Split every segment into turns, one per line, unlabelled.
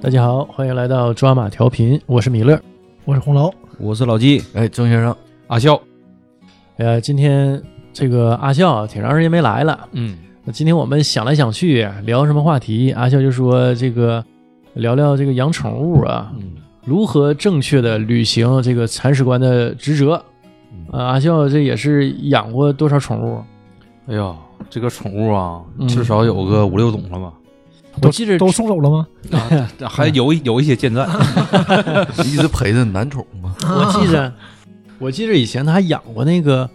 大家好，欢迎来到抓马调频，我是米勒。
我是红楼，
我是老纪，
哎，郑先生，
阿笑，
呃，今天这个阿笑啊挺长时间没来了，
嗯，
那今天我们想来想去聊什么话题，阿笑就说这个聊聊这个养宠物啊，
嗯
如何正确的履行这个铲屎官的职责。啊，阿笑这也是养过多少宠物？
哎呀，这个宠物啊
嗯，
至少有个五六种了吧？
我记着
都送走了吗？
啊， 还有一有一些健 在，
一直陪着男宠嘛，
啊
我记着， 我记着以前他还养过那个，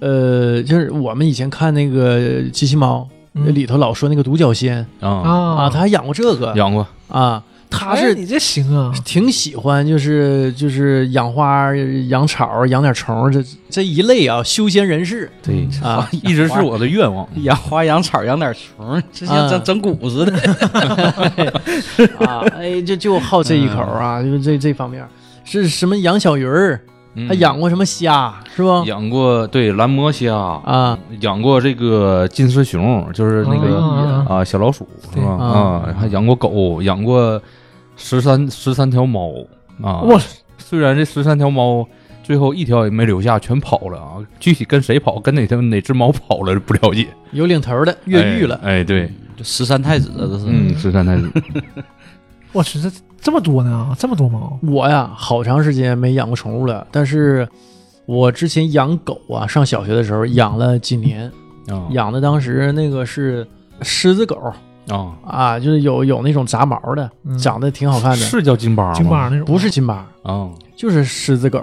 呃，就是我们以前看那个《机器猫》那里头老说那个独角仙
啊，
嗯啊
啊，他还养过这个
养过，
啊，他
哎
是
你这行啊，
挺喜欢，就是就是养花、养草、养点虫这这一类啊，修仙人士
嗯
对，
啊
一直是我的愿 望。
养花养草养点虫，这
啊
像
嗯
整整蛊似的。
啊，哎，就就好这一口啊，就这这方面是什么养小鱼儿，
嗯
还养过什么虾，是不？
养过对蓝魔虾
啊，
养过这个金丝熊，就是那个
啊
啊小老鼠是吧？
啊
啊，还养过狗，养过十三十三条猫啊。
哇，
虽然这十三条猫最后一条也没留下，全跑了啊。具体跟谁跑，跟哪条哪只猫跑了不了解。
有领头的越狱了，
哎，哎对，
十三太子了，这是。
嗯，十三太子，
我去，这这么多呢，啊这么多猫，
我呀，好长时间没养过宠物了，但是我之前养狗啊，上小学的时候养了几年，
啊
养的当时那个是狮子狗
啊，
啊，就是有有那种杂毛的，
嗯
长得挺好看的，
是叫金巴吗？
京巴那种，
不是金巴，
啊，
就是狮子狗。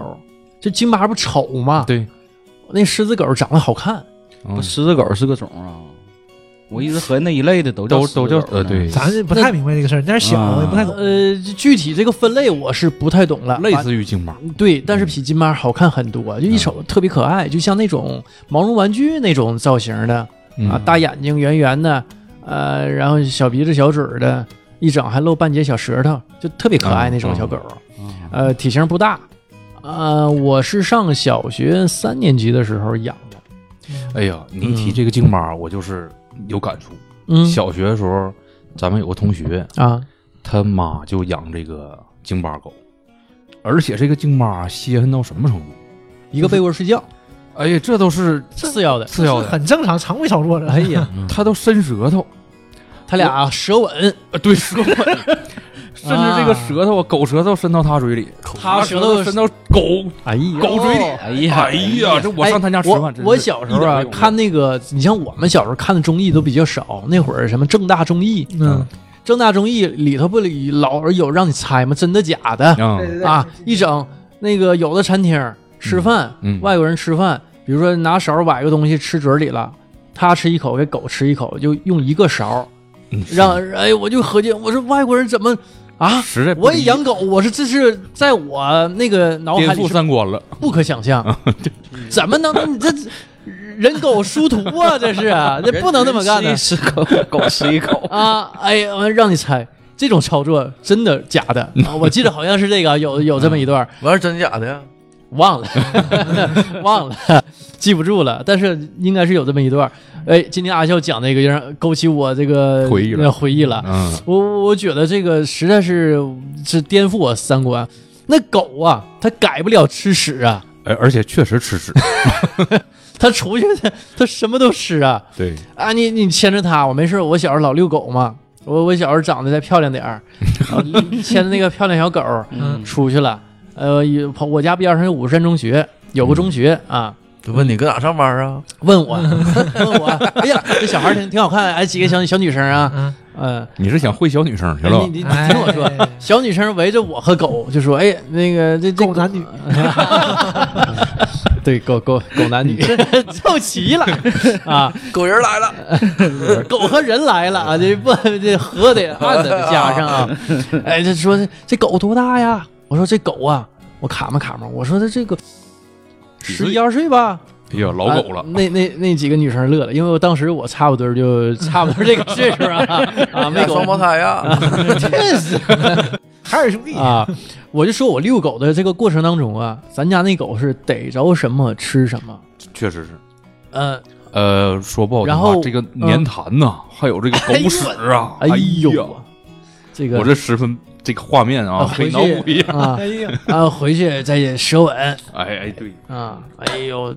就金巴不丑吗？
对，
那狮子狗长得好看，
啊
嗯
啊不狮子狗是个种啊，我一直合计那一类的都
都
狮子
都叫
狗呢
呃对，
咱这不太明白这个事儿，那是小，
啊
我也不太懂。
呃，具体这个分类我是不太懂了。
类似于
啊
金巴，
对，但是比金巴好看很多，
嗯
就一瞅特别可爱，就像那种毛绒玩具那种造型的，啊，
嗯
大眼睛圆圆的，呃，然后小鼻子小嘴儿的，一整还露半截小舌头，就特别可爱
嗯
那
啊
种小狗。
啊
呃，体型不大，呃，我是上小学三年级的时候养的。
嗯
哎呀，你一
嗯
提这个京巴，我就是有感触。
嗯，
小学的时候，咱们有个同学，
啊，
他妈就养这个京巴狗，而且这个京巴稀罕到什么程度？
一个被窝睡觉，
哎呀，这都是
次要的。
次要
这是
的，
很正常，常规操作的。
哎 呀，
他都伸舌头，
他俩舌吻，
呃，对舌 吻，甚至这个舌头啊，狗舌头伸到他嘴里，
他舌
舌
头
头伸到狗
哎呀
狗嘴里。
哎呀
哎呀，这我上他家吃
我
饭，真是
我小时候
一点没
啊
有，
看那个，你像我们小时候看的综艺都比较少，那会儿什么正大综艺，
嗯，
正大综艺里头不里老有让你猜吗？真的假的？
啊，
啊，一整那个有的餐厅吃饭，
嗯嗯
外国人吃饭，比如说拿勺崴个东西吃嘴里了，他吃一口给狗吃一口，就用一个勺，
嗯
让哎我就合计，我说外国人怎么啊？
实在不
我
理
也
解
养狗，我说这是在我那个脑
颠
海里
覆啊
是
三观了，
不可想象，怎么能你这人狗殊途啊？这是这不能这么干的。
人吃一吃狗，狗吃一口
啊！哎呀，我让你猜。这种操作真的假的、啊？我记得好像是这个，有有这么一段，
完事真假的呀？
忘了， 忘了，记不住了。但是应该是有这么一段儿。哎，今天阿笑讲那个，让勾起我这个
回忆了
呃回忆了。
嗯，
我我我觉得这个实在是是颠覆我三观。那狗啊，它改不了吃屎啊，
而而且确实 吃屎，
它出去它它什么都吃啊
对，
啊！你你牵着它，我没事儿，我小时候老遛狗嘛，我我小时候长得再漂亮点儿，啊牵着那个漂亮小狗，
嗯，
出去了。呃，有跑我家边上有五山中学，有个中学啊，
就问你搁哪上班啊？
问我，问我，哎呀，这小孩儿挺挺好看，哎，几个小小女生啊，
嗯，
嗯、
你是想会小女生去
哎
了
你？ 你你听我说，
哎
小女生围着我和狗就说，哎，那个这这
狗男女，
对狗狗狗男女 凑齐 了啊，
狗人来了，
狗和人来了啊，这不这和 得暗的加上啊，哎，这说这狗多大呀？我说这狗啊，我卡嘛卡嘛，我说它这个
几
十
岁
一二岁吧，
哎呀，老狗
啊
了，
那那那几个女生乐了，因为我当时我差不多就差不多这个岁数 啊啊，
你
没
俩
狗
双胞 胎呀？
真 是
海尔兄弟，
啊！我就说我遛狗的这个过程当中啊，咱家那狗是逮着什么吃什么，
确实是。
嗯，
呃，说不好听
然
话，
后嗯
这个粘痰呐，还有这个狗屎啊，
哎
哎
呦
呀，
啊，这个
我这十分这个画面啊，可
回
以
去
脑补一下。
啊
哎呀，
啊，回去再舌吻
哎哎，对，
啊， 哎呦，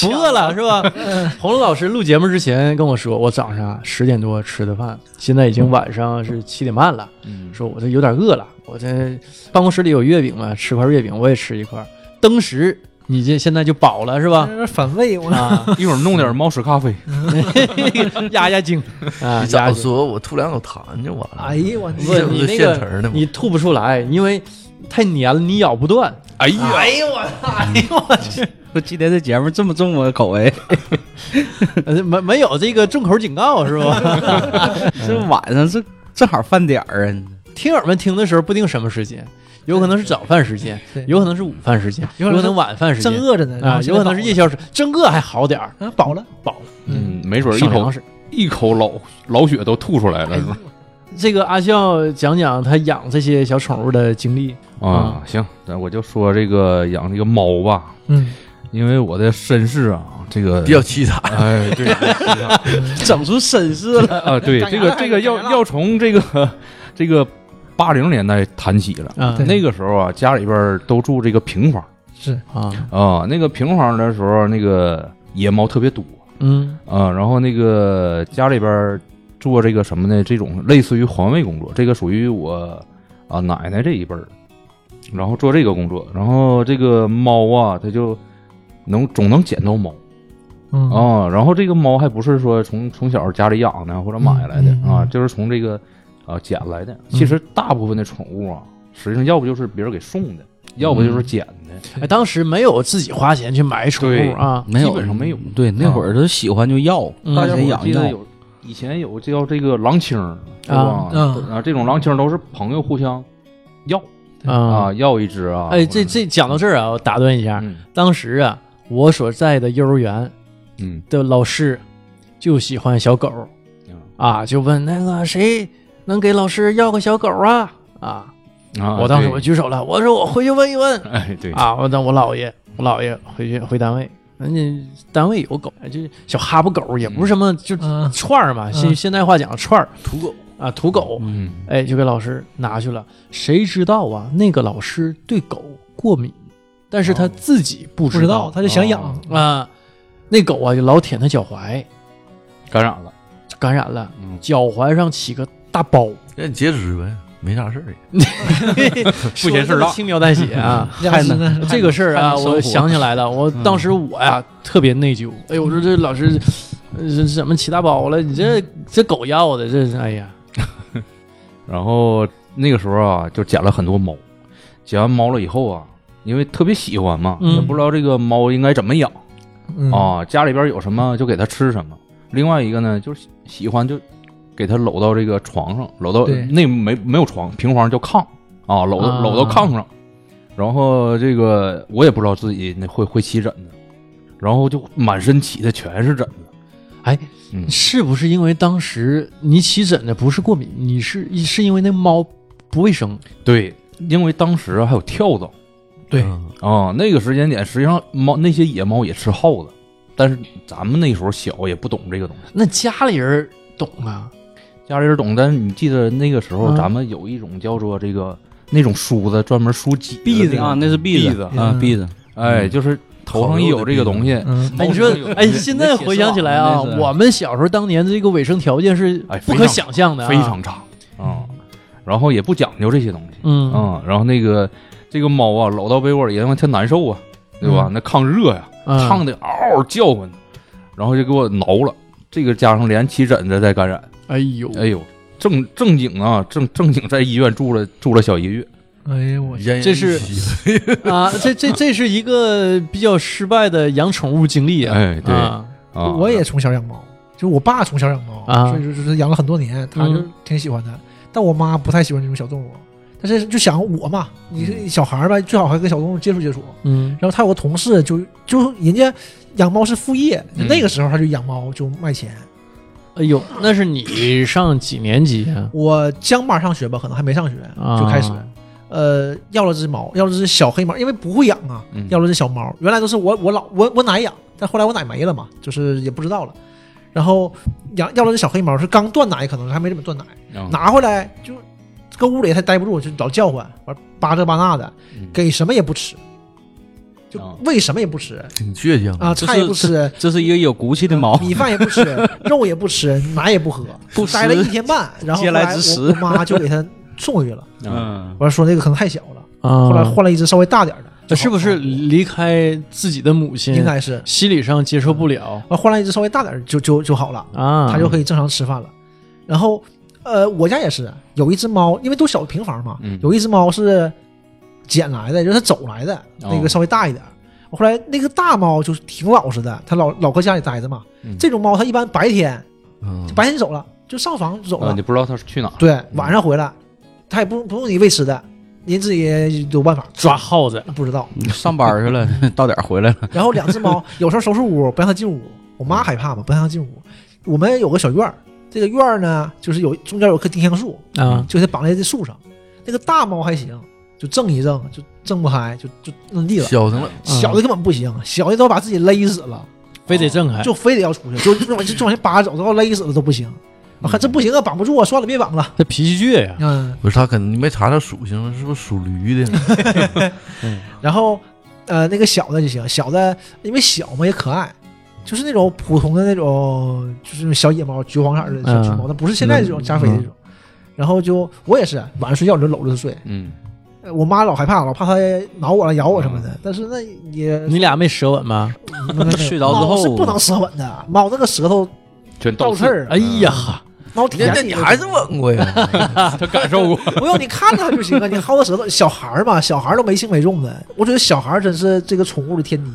不饿了是 吧？洪龙老师录节目之前跟我说，我早上十点多吃的饭，现在已经晚上是七点半了。
嗯，
说我这有点饿了，我这办公室里有月饼嘛，吃块月饼我也吃一块。登时你这现在就饱了是吧？
有点反胃，我
啊，
一会儿弄点猫屎咖啡，
压压惊啊，压
你早
压惊。
说，我吐两口痰就完了。
哎呀，我
不，
不
你
是
那
现成儿的
个
吗
你吐不出来，因为太黏了，你咬不断。
哎呀，
呦我，
说今天这节目这么重啊我口味，
呃没没有这个重口警告是 吧？嗯
这晚上这正好饭点儿啊，
听友们听的时候不定什么时间，有可能是早饭时间，
对
有可能是午饭时间，
有
有
可能是
可能晚饭时
正
间
饿着呢然
啊
后，现
有
在
可能是夜宵哦时，正饿还好点儿，
饱了啊饱了，
饱了
嗯，没准儿一
上
口
粮食。
一口老老血都吐出来
哎
了，是吧？
这个阿笑讲讲他养这些小宠物的经历。
嗯
啊，行，那我就说这个养这个猫吧，
嗯，
因为我的身世啊，这个
比较凄惨。
哎，对
整出绅士了。
啊，对，这个这个要要从这个这个八零年代谈起了。
啊
对
那个时候啊，家里边儿都住这个平房
是
啊，
啊，那个平房的时候，那个野猫特别多
嗯
啊，然后那个家里边儿做这个什么呢？这种类似于环卫工作，这个属于我啊奶奶这一辈儿，然后做这个工作，然后这个猫啊，它就能总能捡到猫。
嗯
啊、然后这个猫还不是说从从小家里养的或者买来的、
嗯嗯
啊，
嗯
就是从这个啊、捡来的。其实大部分的宠物啊，实际上要不就是别人给送的，要不
嗯
就是捡的。
哎，当时没有自己花钱去买宠物 啊，
没有，
基本上没有
嗯对，那会儿都喜欢就要，
嗯
大家
先
伙儿
养
记得
要。
有以前有叫这个狼青儿，是吧
啊？
嗯
啊，这种狼青儿都是朋友互相要啊，
啊，
要一只啊。
哎，这
或者
这
是
讲到这儿啊，我打断一下，
嗯
当时啊，我所在的幼儿园
嗯
的老师就喜欢小狗啊，就问那个谁能给老师要个小狗啊啊，
啊，
我当时
对
我举手了，我说我回去问一问
哎对
啊，我等我姥爷，我姥爷回去回单位。人家单位有狗，就是小哈巴狗，也不是什么，就
嗯
串儿嘛，现
嗯
现代话讲串儿
土狗，
啊，土狗，
嗯
哎，就给老师拿去了。谁知道啊？那个老师对狗过敏，但是他
哦
自己不
不知
知
道，
道
他就想
哦
养，
啊。那狗啊，就老舔他脚踝，
感染了，
感染了，
嗯
脚踝上起个大包，
让你截肢呗，没啥事儿也。
不
嫌事儿大
轻描淡写啊。
还能
这个事儿啊，
还能生活
我想起来了，我当时我呀特别内疚，哎呦，我说这老师呃这怎么起大包了？你这这狗要的，这是哎呀，
然后那个时候啊，就捡了很多猫，捡完猫了以后啊，因为特别喜欢嘛，
嗯
也不知道这个猫应该怎么养、
嗯
哦
啊，家里边有什么就给它吃什么。另外一个呢，就是喜欢就给它搂到这个床上，搂到
对
那没没有床，平房叫炕啊，搂到
啊
搂到炕上。然后这个我也不知道自己那会会起疹子，然后就满身起的全是疹子。
哎，
嗯，
是不是因为当时你起疹子不是过敏，你是是因为那猫不卫生？
对，因为当时还有跳蚤。
对
嗯
啊、那个时间点，实际上猫那些野猫也吃耗子，但是咱们那时候小也不懂这个东西，
那家里人懂啊，
家里人懂。但是你记得那个时候，
嗯
咱们有一种叫做这个那种梳子，专门梳脊
篦子
的
啊，那是篦
篦
子
子，
嗯
啊，篦子。
哎，就是头上一有这个东西，
嗯
哎，你说，哎，现在回想起来啊，
那是
我们小时候当年的这个卫生条件是
哎
不可想象的、啊
非常差啊、然后也不讲究这些东西，
嗯
啊、然后那个这个猫啊，搂到被窝里，因为它难受啊，对吧？
嗯
那抗热呀、
嗯
烫的嗷嗷叫唤，然后就给我挠了。这个加上连起疹子再感染，
哎呦，
哎呦，正正经啊，正正经在医院住了住了小一个月。
哎呀
嗯
我
奄奄
这是
一息
啊，这这这是一个比较失败的养宠物经历啊，
哎，对啊，
啊，
我也从小养猫，就是我爸从小养猫，
啊
所以就是养了很多年，他就
嗯
挺喜欢的。但我妈不太喜欢这种小动物，但是就想我嘛，你是小孩儿吧，最好还跟小动物接触接触。
嗯
然后他有个同事就就人家养猫是副业，
嗯
那个时候他就养猫就卖钱。
哎呦，那是你上几年级啊？
我刚马上学吧，可能还没上学
啊
就开始，呃，要了只猫，要了只小黑猫，因为不会养啊，
嗯
要了只小猫。原来都是我我老我我奶养，但后来我奶没了嘛，就是也不知道了。然后养要了只小黑猫是刚断奶，可能是还没怎么断奶，
嗯
拿回来就搁屋里他待不住，就老叫唤，完扒这扒那的，
嗯
给什么也不吃，就
啊
喂什么也不吃
挺倔强
啊，
这
菜也
是
不吃，
这是一个有骨气的猫，
米饭也不吃，肉也不吃，奶也不喝，
不
待了
吃
一天半，然后
嗟
后
来
来
之
我
食
我妈就给他送回去了，
啊
嗯，
完了说那个可能太小了，
啊，
后来换了一只稍微大点儿的，
那
就是
不
好
呃是离开自己的母亲，
应该是，
心理上接受不了
完呃换了一只稍微大点儿就就就好了。
啊？
它就可以正常吃饭了。然后，呃，我家也是有一只猫，因为都小平房嘛，
嗯
有一只猫是捡来的，就是走来的，那个稍微大一点。后来那个大猫就是挺老实的，它老老搁家里待着嘛。
嗯
这种猫它一般白天
嗯，
白天走了就上房就走了，
啊，你不知道他去哪儿，
对，晚上回来它也不不用你喂吃的，您自己有办法
抓耗子
不知道。
上班儿去了，到点儿回来了，
然后两只 猫有时候收拾屋，不让它进屋。我妈害怕嘛，不让它进屋。我们有个小院儿，这个院儿呢，就是有中间有棵丁香树，
啊
就是绑在这树上。那个大猫还行，就挣一挣，就挣不开，就就弄地了。
消停了，
小嗯的根本不行，小的都把自己勒死了，
非得挣开，
就非得要出去，就就往就往前扒走，都要勒死了都不行。我看这不行啊，绑不住啊，算了，别绑了。
这脾气倔呀，
嗯，
不是他可能你没查查属性，是不是属驴的？
然后呃，那个小的就行，小的因为小嘛也可爱，就是那种普通的那种，就是那种小野猫，橘黄色的小橘猫，那、不是现在这种加菲的这种。然后就我也是晚上睡觉我就搂着它睡，
嗯，
呃我妈老害怕，老怕它挠我了、咬我什么的。但是那也
你俩没舌吻吗？
那个
睡着之后
猫是不能舌吻的，猫那个舌头
全
倒
到
刺儿啊，
哎呀，
猫
那
舔
那你还是吻过呀？
他感受过，
不用你看着它就行啊，你薅它舌头。小孩儿嘛，小孩儿都没轻没重的，我觉得小孩儿真是这个宠物的天敌。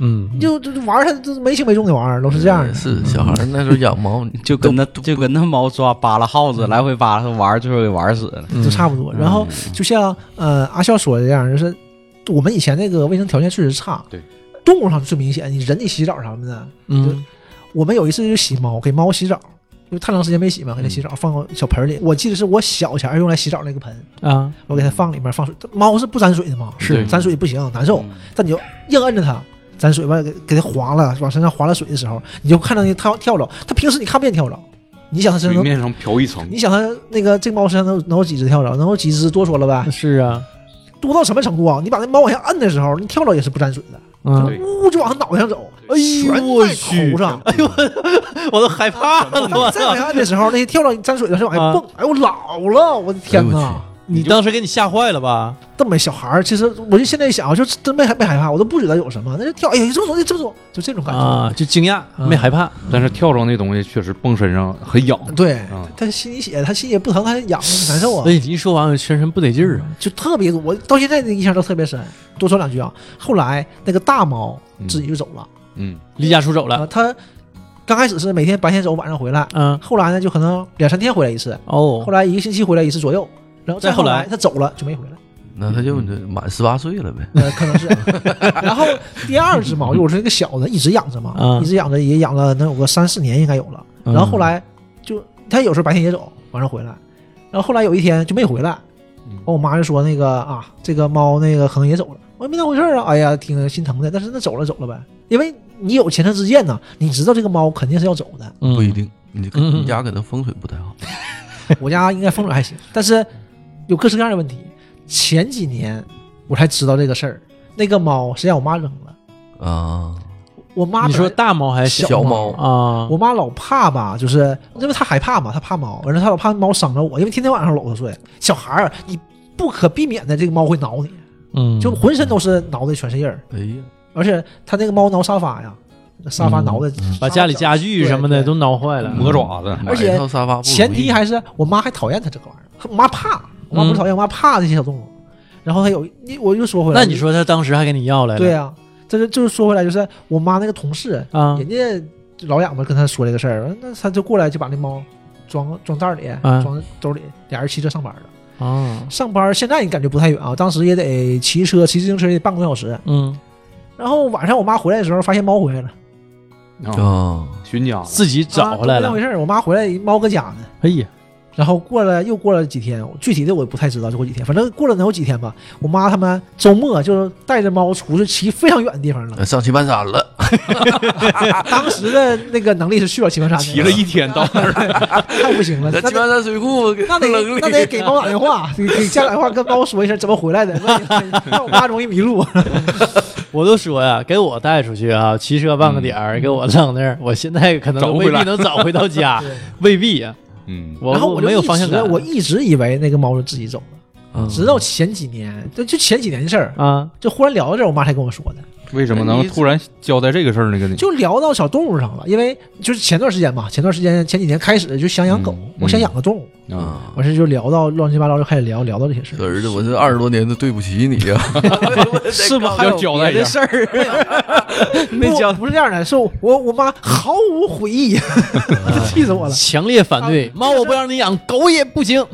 嗯，
就就玩儿它，这没轻没重的玩意儿，都是这样的。
是小孩儿那时候养猫， 你
就跟那嗯就跟那猫抓扒拉耗子，来回扒拉玩儿，最后给玩死了。
嗯
就差不多。然后就像呃阿笑说的这样，就是我们以前那个卫生条件确实差，
对，
动物上最明显，你人得洗澡啥的。
嗯
我们有一次就洗猫，给猫洗澡，因为太长时间没洗嘛，给它
嗯
洗澡，放个小盆儿里。我记得是我小前儿用来洗澡那个盆，
啊，
我给它放里面放水。猫是不沾水的嘛，
是
沾水不行，难
嗯
受。但你就硬摁着它。沾水吧，给给它划了，往身上划了水的时候，你就看到那跳跳蚤。它平时你看不见跳蚤，你想它身
水
上能，
面上飘一层
你，想它那个这猫身上能有能有几只跳蚤？能有几只多说了呗？
是啊，
多到什么程度啊？你把那猫往下摁的时候，你跳蚤也是不沾水的，
嗯
对，
呜就往它脑袋上走，
哎呦
全
我
在
去
头，上。
我都害怕了，我
再往
操！
下摁的时候，那些跳蚤沾水的是往下
啊
蹦，哎呦老了，我的天
哎
哪
呦！
你当时给你吓坏了吧？
这么小孩儿，其实我就现在一想，啊就真没害没害怕，我都不觉得有什么，那就跳，哎呀，这么走，这么走，就这种感觉。
啊，就惊讶，
嗯
没害怕，
但是跳蚤那东西确实蹦身上很痒，
对
啊，
他心里血，他心里不疼，他痒难受啊
哎，，你一说完我全身不得劲儿啊，
就特别多。我到现在这印象都特别深。多说两句啊，后来那个大猫自己就走了，
嗯，
离家出走了，
啊，它刚开始是每天白天走，晚上回来，
嗯，
后来呢，就可能两三天回来一次，
哦
后，来一个星期回来一次左右，然后再
再后
后
来
来他走了就没回来，
那他就满十八岁了呗。
呃，可 能是。然后第二只猫，因为我是那个小的，一直养着嘛，
嗯
一直养着也养了能有个三四年应该有了。
嗯
然后后来就它有时候白天也走，晚上回来，然后后来有一天就没回来，
嗯
完我妈就说那个啊，这个猫那个可能也走了，我也没当回事儿啊，哎呀，挺心疼的，但是那走了走了呗，因为你有前车之鉴呐，你知道这个猫肯定是要走的。
嗯
不一定，你
嗯嗯
你家可能风水不太好，
我家应该风水还行，但是有各式各样的问题。前几年我才知道这个事儿，那个猫是让我妈扔了。
啊，
我妈
你说
本来
大猫还是
小
猫
猫
啊？
我妈老怕吧，就是因为她害怕嘛，她怕猫，而且她老怕猫伤着我，因为天天晚上搂着睡。小孩儿啊你不可避免的，这个猫会挠你，
嗯，
就浑身都是挠的全是印儿，
哎呀，
而且它那个猫挠沙发呀，那沙发
嗯
挠的，
把家里家具什么的
对对
都挠坏了，嗯
磨爪子，
买一套
啊
沙发不容易啊
前提还是我妈还讨厌它这个玩意儿，我妈怕，我妈不是讨厌，我妈怕这些小动物。然后她有，你我又说回来，
那你说他当时还给你要来了？
对啊，这就就是说回来，就是我妈那个同事，
啊
人家老两口跟她说这个事儿，那她就过来就把那猫装装袋里，
啊
装兜里，俩人骑车上班了。
啊，
上班现在你感觉不太远啊，当时也得骑车，骑自行车也得半个多小时。
嗯，
然后晚上我妈回来的时候，发现猫回来了，
啊，
啊，
寻家了，
自己找回来
啊都没当
了
回。事儿。我妈回来，猫搁家呢，
哎呀，
然后过了又过了几天，具体的我不太知道，就过几天，反正过了能有几天吧。我妈他们周末就是带着猫出去骑非常远的地方了，
呃上棋盘山了，
当时的那个能力是去不了棋盘山的，
骑了一天到那儿，
太不行了，啊那
在棋盘山水库
那得
冷
那得给猫打电话，给给家打电话跟猫说一声怎么回来的，不然让我妈容易迷路。
我都说呀，给我带出去啊，骑车半个点儿，给我扔那儿，我现在可能
找
都
不
未
回来
必能找回到家
对，
未必啊呀。
嗯，
我
然后
我
就
没有
一
方向
直
感，
我一直以为那个猫是自己走的，
嗯
直到前几年，就就前几年的事儿，
啊，
就忽然聊到这儿，我妈才跟我说的。
为什么能突然交代这个事儿呢？跟你
就聊到小动物上了，因为就是前段时间嘛，前段时间前几年开始就想养狗
嗯，
我想养个动物，
啊，
啊，
完事就聊到乱七八糟就开始聊聊到这些事
这
儿。
儿子，我这二十多年都对不起你啊呀，
是不是还
要
有
交代
别
一
的事儿？啊没
不
交代
不是这样的，是我我妈毫无悔意，气死我了。
强烈反对，
啊
猫我不让你养，狗也不行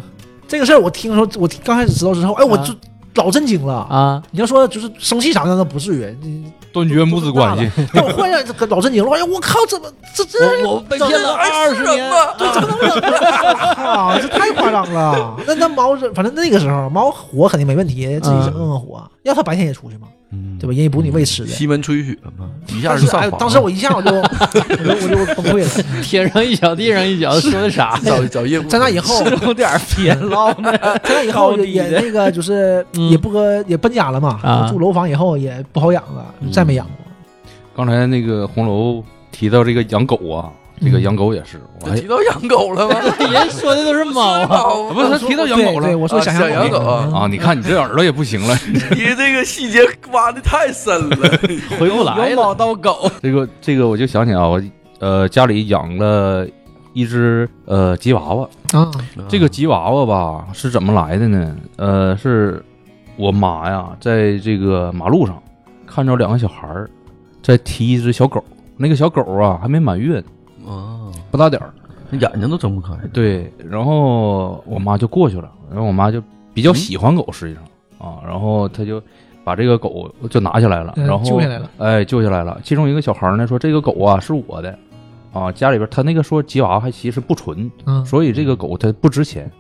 这个事儿我听说，我听刚开始知道之后，哎，我
啊
就老震惊了。
啊。
你要说就是生气啥的，那不至于。你
断绝母子关系，
但我忽然这个老震惊了，哎呀，我靠，怎么这这
我我被骗了二十年，
这怎么能忍呢？啊，这太夸张了。那那猫是，反正那个时候猫活肯定没问题，自己是嗯嗯活。要它白天也出去嘛，嗯对吧？人也补你喂吃的。
西门吹雪嘛，一下
但
就是上
哎，
房了。
当时我一下我就我就我就崩溃了。
天上一脚，地上一脚，说的 啥？
找找业务，
在那以后，
有点 偏唠呢。
在那以后也
高低
也
的
那个就是也不搁也搬家了嘛
啊，
住楼房以后也不好养了，再没养过。
刚才那个红楼提到这个养狗啊，这个养狗也是，我
这
还
提到养狗了吗？
人 说的都是猫 啊，
啊
不是他提到养狗
对对，
了
我说
啊想
养
养狗啊
啊？你看你这耳朵也不行了，
你这个细节挖的太深了，
回不来
由
了。
猫到 狗，
这个这个我就想起啊，我呃家里养了一只呃吉娃娃，
啊，
这个吉娃娃吧是怎么来的呢？呃，是我妈呀，在这个马路上看着两个小孩儿在踢一只小狗，那个小狗啊还没满月呢，
啊，
不大点儿。
那眼睛都睁不开，
对，然后我妈就过去了，然后我妈就比较喜欢狗，实际上、啊，然后她就把这个狗就拿下来了，
嗯
然后
救下来了，
哎，救下来了。其中一个小孩儿呢说：“这个狗啊是我的，啊，家里边他那个说吉娃娃还其实不纯，
嗯，
所以这个狗它不值钱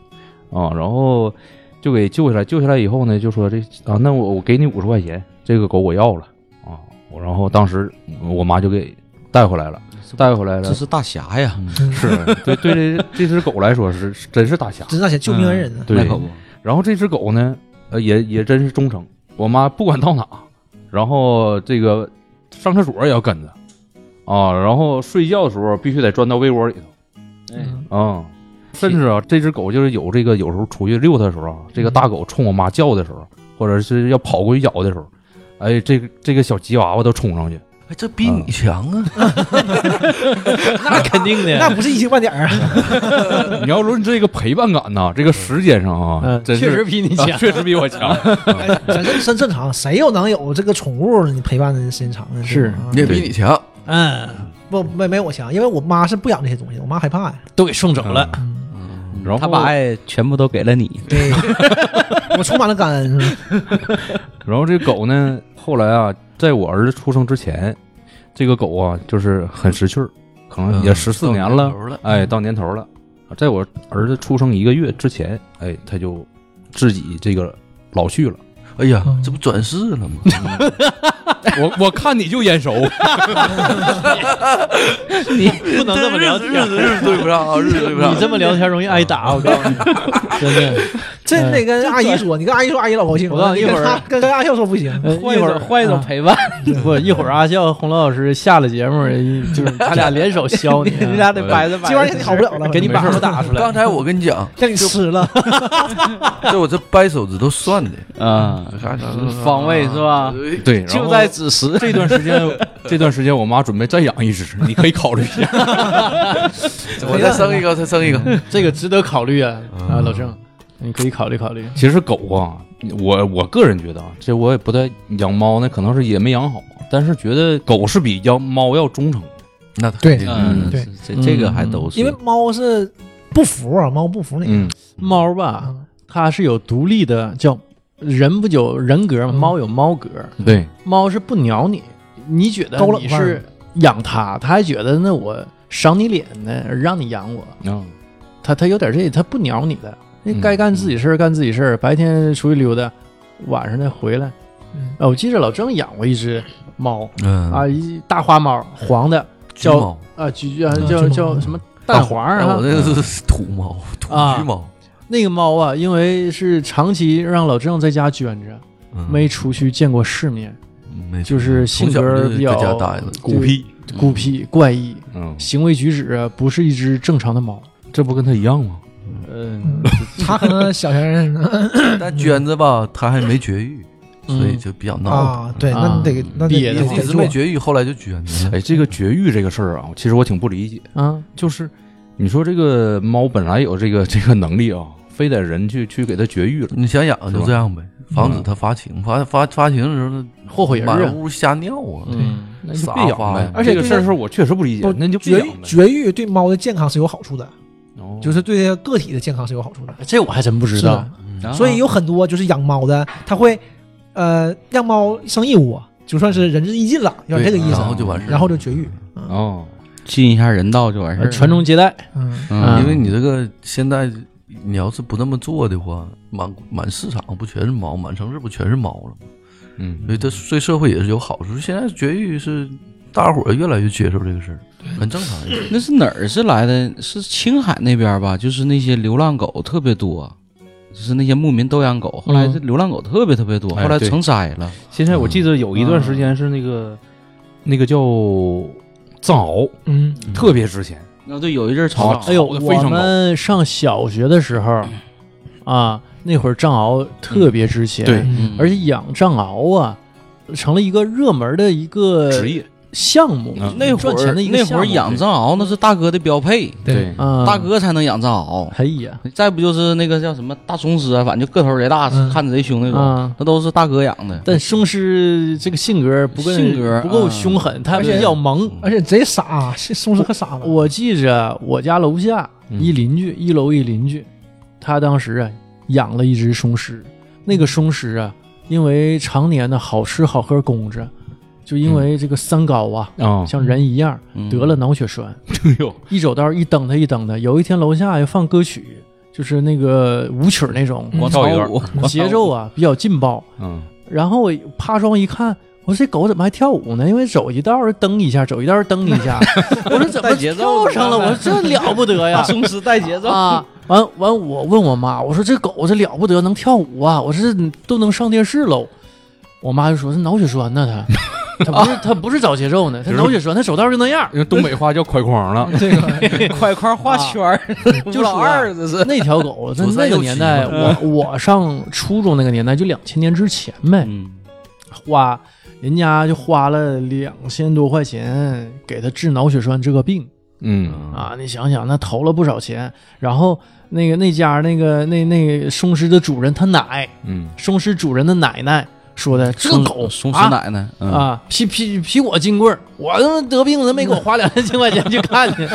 啊。”然后就给救下来，救下来以后呢，就说这啊，那我我给你五十块钱，这个狗我要了啊。我然后当时我妈就给带回来了，带回来了
这。是大侠呀，
是对对这这只狗来说是是真是大侠，
真那些救命恩人呢。啊
对
那可不，
然后这只狗呢，呃，也也真是忠诚。我妈不管到哪，然后这个上厕所也要跟着啊，然后睡觉的时候必须得钻到被窝里
嗯
头啊、甚至啊，这只狗就是有这个有时候出去遛它的时候啊，这个大
嗯
狗冲我妈叫的时候，或者是要跑过去咬的时候，哎，这个这个小吉娃娃都冲 上去，
哎，这比你强啊！
那肯定的，
那不是一星半点儿啊！
你要说你这个陪伴感呐、这个时间上啊，
嗯，
真
确实
是
比你
啊
强。
确实比 我强。
咱这真正常，谁又能有这个宠物你陪伴的时间长呢？
是
对吧啊
你也比你强，
嗯，
不没没我强，因为我妈是不养这些东西，我妈害怕呀。
都给送走了。
嗯
嗯然后
他把爱全部都给了你。
对，我充满了感恩。是吧
然后这狗呢，后来啊，在我儿子出生之前，这个狗啊就是很识趣儿，可能也
嗯
十四
到
年
年
了
头，了
哎，到年头了。在我儿子出生一个月之前，哎，它就自己这个老去了。
哎呀
嗯，
这不转世了 吗？
我我看你就眼 熟，
嗯
你不能这么聊
日子日
天，
子日子对不上 啊，日子对不上。
你这么聊天容易挨打，我告 诉你，真的。
这你得跟阿姨说，你跟阿姨说，阿姨老高兴了。
嗯我告诉你
你跟
一会儿
她跟跟阿笑说不行，
呃一会儿
换一
啊
种陪伴，，
不一会儿阿笑、洪老师下了节目，一 就是他俩联手削你啊
人家得掰着掰着。
今晚也好不 了了，
给你
把
把头打出来
刚。才我跟你讲，
让你吃了。
这我这掰手指头算的，
哎
啊，
看啥
方位是吧
对
对，然
就
后
在子时，
这段时间，这段时间我妈准备再养一只， 你可以考虑一下。
我再生一个，再生一个。
这个值得考虑啊啊，老郑，你可以考虑考虑。
其实狗啊，我我个人觉得啊，这我也不太养猫呢，可能是也没养好，但是觉得狗是比养猫要忠诚的。
那
对
嗯
对，
这这个还都是
因为猫是不服啊，猫不服啊你。
嗯，
猫吧，它是有独立的，叫人不有人格吗？
嗯
猫有猫格，
对，
猫是不鸟你，你觉得
高冷
你
范儿
是养它，它还觉得那我赏你脸呢，让你养我。
嗯，
它它有点这，它不鸟你的，那该干自己事儿干自己事儿，白天出去溜达，晚上再回来。
嗯
啊，我记着老郑养过一只猫
嗯
啊，一大花猫，黄的，
橘
叫
猫，
啊，橘啊
嗯
叫
橘猫
叫什么蛋黄儿
哎
啊
我？那个是土猫，土
啊
橘猫，
那个猫啊，因为是长期让老郑在家圈着，
嗯
没出去见过世面，
没
就是性格比较
从小就在家待着，
孤僻，孤僻怪异，
嗯，
行为举止啊不是一只正常的猫。
这不跟他一样吗？
嗯，
他可能小学生
但娟子吧，她还没绝育，嗯所
嗯
以就比较 闹
啊，对，那你得那得
憋得
得
腾。
慌
一
得
直
做
没，绝育，后来就娟子了。
哎，这个绝育这个事儿啊，其实我挺不理解。
啊，
就是你说这个猫本来有这个这个能力啊，非得人去去给它绝育了。
你想养就这样呗，防止它发情，发发发情的时候，
霍霍人儿
满
啊。
屋瞎尿啊，
嗯，
那
就
就
别
别
养
养
呗
呗。
而且
这个
对
事儿是我确实不理解
不，
那你就别
绝
养
育
呗。
绝育对猫的健康是有好处的，
哦
就是对它个体的健康是有好处的。
这我还真不知道。
嗯
啊
所以有很多就是养猫的，他会呃让猫生异物，就算是仁至义尽了，有点这个意
然
思啊
后。就完事儿了。
然后就绝育，
哦，
尽一下人道就完事
呃
儿了。
传宗接代，啊
嗯，
嗯，
因为你这个现在你要是不那么做的话，满满市场不全是猫，满城市不全是猫了吗？
嗯
所以它对社会也是有好处。现在绝育是大伙儿越来越接受这个事儿，很正常。
那是哪儿是来的？是青海那边吧？就是那些流浪狗特别多，就是那些牧民都养狗。后来
嗯
这流浪狗特别特别多，
哎
后来
对
成灾了。
现在我记得有一段时间是那个嗯那个叫藏獒，
嗯，
特别值钱。
那对，有一阵儿
好
吵
啊
架
哎呦，
好的非常
我们上小学的时候啊，那会儿藏獒特别值钱，
对
嗯
而且养藏獒啊，成了一个热门的一个
职业，
项目
嗯，
那会
赚钱
儿
的一个
那
项
会
目
儿养藏獒那是大哥的标配，
对，
啊，
大，哥才能养藏獒。
哎呀，
再不就是那个叫什么大松狮啊，反正就个头贼大，
嗯
看着贼凶那
啊
种，那都是大哥养的。
但松狮这个性格不够
性格
不够
嗯
凶狠，它
而
比
且
较萌。
而且贼傻，是松狮可傻了。
我记着我家楼下
嗯
一邻居，一楼一邻居，他当时啊养了一只松狮，那个松狮啊，因为常年的好吃好喝供着，就因为这个三高啊，
啊，
像人一样
嗯
得 了脑血栓，
哎呦，
一走道一蹬它一蹬它。有一天楼下又放歌曲，就是那个舞曲那种，
广
跳
场
一段
舞，
节奏啊比较劲爆。
嗯
然后我趴窗一看，我说这狗怎么还跳舞呢？因为走一道儿蹬一下，走一道儿蹬一 下。我说怎么
带节奏
跳上了？我说这了不得 呀！
松狮带节奏
啊，完完，我问我妈，我说这狗这了不得，能跳舞啊！我说这都能上电视喽。我妈就说这脑血栓呢，它它不是它不是找节奏呢，它
就是
脑血栓，它走道就那样儿。
用东北话叫快框了。
这个
快块画圈 儿，
就
吴老
说啊
二这是。
那条狗在
左三
那个
右
年
七
代，我我上初中那个年代就两千年之前呗，
嗯，
花人家就花了两千多块钱给他治脑血栓这个病
嗯，
啊！你想想，那投了不少钱。然后那个那家那个那那个松狮的主人他奶，
嗯，
松狮主人的奶奶说的，这
松
狗
松狮
啊
奶奶，嗯
啊，劈劈劈我金棍儿，我他妈得病了没给我花两千块钱去看去。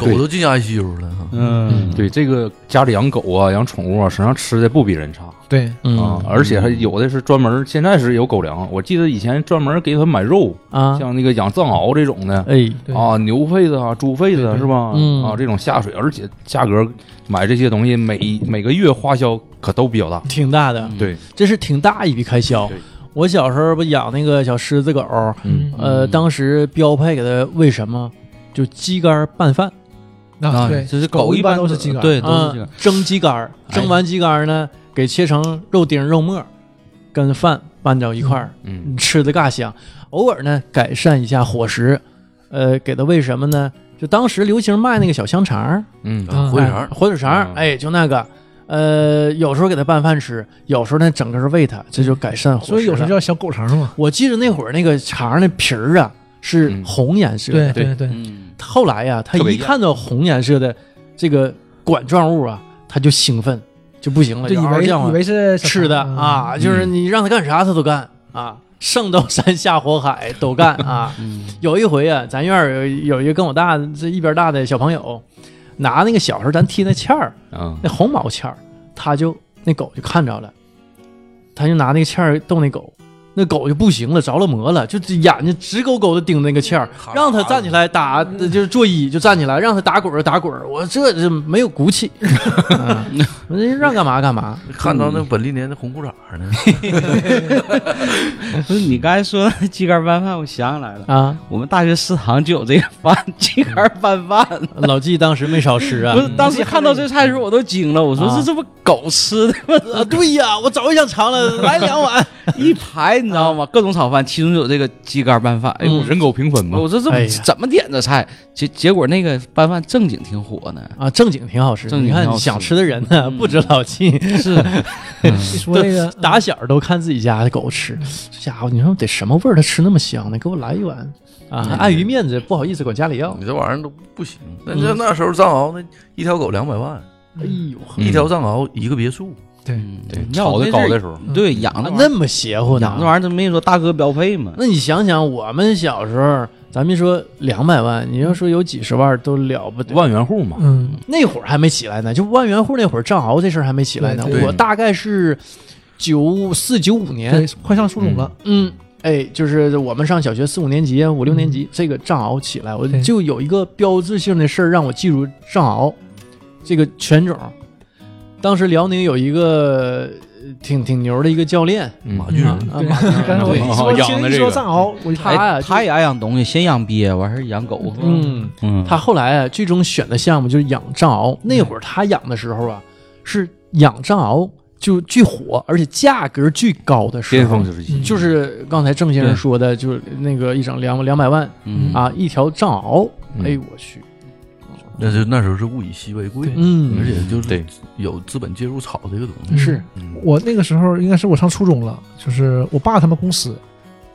狗都进 ICU 了哈，
嗯，
对，这个家里养狗啊、养宠物啊，实际上吃的不比人差
对，
嗯
啊，而且还有的是专门，现在是有狗粮，我记得以前专门给它买肉，
啊，
像那个养藏獒这种的。
哎，
对
啊，牛肺子啊，猪肺子啊是吧？
嗯
啊，这种下水，而且价格买这些东西每每个月花销可都比较大。
挺大的，
对，
这是挺大一笔开销
对。
我小时候不养那个小狮子狗，
嗯
呃，当时标配给它喂什么？就鸡肝拌饭，
啊，对，
就是
狗
狗
一般
般
都是鸡肝
对，都是
啊
鸡肝。，
蒸鸡肝，蒸完鸡肝呢，给切成肉丁、肉末，跟饭拌到一块儿，
嗯
吃的嘎香。偶尔呢，改善一下伙食，呃，给它喂什么呢？就当时流行卖那个小香肠儿，
嗯
嗯
火腿肠
哎，火腿肠儿，
嗯
哎，就那个。呃，有时候给它拌饭吃，有时候呢整个儿喂它，这就改善伙食
所以有
了
时候叫小狗肠嘛。
我记得那会儿那个肠儿那皮儿啊是红颜色的，
对对对，
嗯，
后来呀、他
嗯特别
一
艳
看到红颜色的这个管状物啊，他就兴奋，就不行了，
就以为
酱
以为是小
吃的
肠，
啊，就是
嗯
你让他干啥他都干啊，上刀山下火海都干啊。
嗯
有一回啊，咱院儿有有一个跟我大这一边大的小朋友，拿那个小时候咱踢那毽儿，
嗯
那红毛签儿，他就那狗就看着了，他就拿那个签儿逗那狗，那狗就不行了，着了魔了，就这眼睛直勾勾的盯那个欠儿，让它站起来打，就是坐一就站起来，让它打滚儿就打滚儿，我这这没有骨 气，啊我这让干嘛干嘛，
看到那本历年的红裤衩 呢，
不是你刚才说鸡肝拌饭，我想起来了，
啊，
我们大学食堂就有这个饭，鸡肝拌饭。
老纪当时没少吃啊
不，是，当时看到这菜的时候我都惊了，我说
啊
这这不狗吃 的吗？
啊对呀，我早就想尝了，来两碗，
一排你知道吗？各种炒饭，其中有这个鸡肝拌饭，哎呦，
嗯
人狗平分嘛
我。说这
哎
不
呀
怎么点这菜？结结果那个拌饭正经挺 火呢，
啊，正经挺好吃，嗯
正经
你
挺好吃
看想吃的人呢，不止老纪，
是
一说这个
打小都看自己家的狗吃，这家伙你说得什么味儿它吃那么香呢？给我来一碗嗯啊！碍于面子，不好意思管家里要。
你这玩意儿都不行。那那那时候藏獒那一条狗两百万，
哎呦，
嗯
一条藏獒一个别墅，
对，
嗯
对，
要
炒
我
的
那
高
阵
的
儿
时候，
对养那玩意
嗯那
儿
么邪乎呢
养这？玩意儿，这没说大哥标配嘛？
那你想想，我们小时候，咱们说两百万，你要说有几十万都了不得。
万元户嘛，
嗯，
那会儿还没起来呢，就万元户那会儿，藏獒这事儿还没起来呢。
对对
我大概是九四九五
对
年，，
快上初中了，
嗯，哎，就是我们上小学四五年级、五六年级，这个藏獒起来，我
对
就有一个标志性的事儿让我记住藏獒这个犬种。当时辽宁有一个呃挺挺牛的一个教练
嗯
马俊
啊，啊
对
马
刚才我
对
一说
养的
听一
这
说
个
藏獒，我就
他呀
哎他也爱养东西，先养鳖，完事儿养狗。
嗯，
嗯，
他后来啊，最终选的项目就是养藏獒。那会儿他养的时候啊，是养藏獒就巨火，而且价格巨高的时
巅
候
峰，时期
嗯
就是刚才郑先生说的，就是那个一整两两百万
嗯
啊，一条藏獒，
嗯
哎呦我去，
那就那时候是物以稀为贵，
嗯
而且就是
对
有资本介入炒这个东西。
是
我那个时候应该是我上初中了，就是我爸他们公司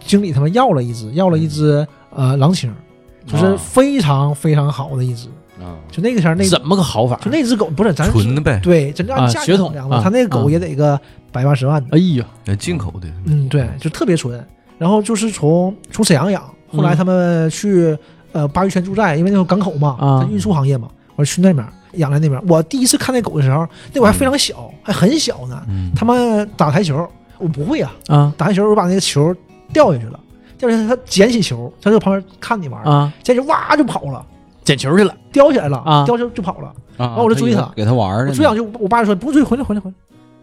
经理他们要了一只，要了一只呃狼青，就是非常非常好的一只。
啊，
就那个前儿那
怎么个好法？
就那只狗不是咱
纯的呗，
对，真正
啊
按价
血
格
统
量嘛，
啊
他那个狗也得个百八十万的。
哎呀，
哎进口的，
嗯，对，就特别纯。然后就是从从沈阳养，后
嗯
来他们去呃鲅鱼圈驻寨，因为那时候港口嘛，
啊
它运输行业嘛，我去那边养在那边。我第一次看那狗的时候，那
嗯
狗还非常小，还很小呢。
嗯，
他们打台球，我不会啊，
啊
打台球我把那个球掉下去了，掉下去它捡起球，它就旁边看你玩，
啊，
捡起哇就跑了，
捡球去了
叼起来了，
啊
叼起来就跑了。
啊
完我就追他
给他玩儿
我
呢。
追上去，我爸说不追，回来回来回来。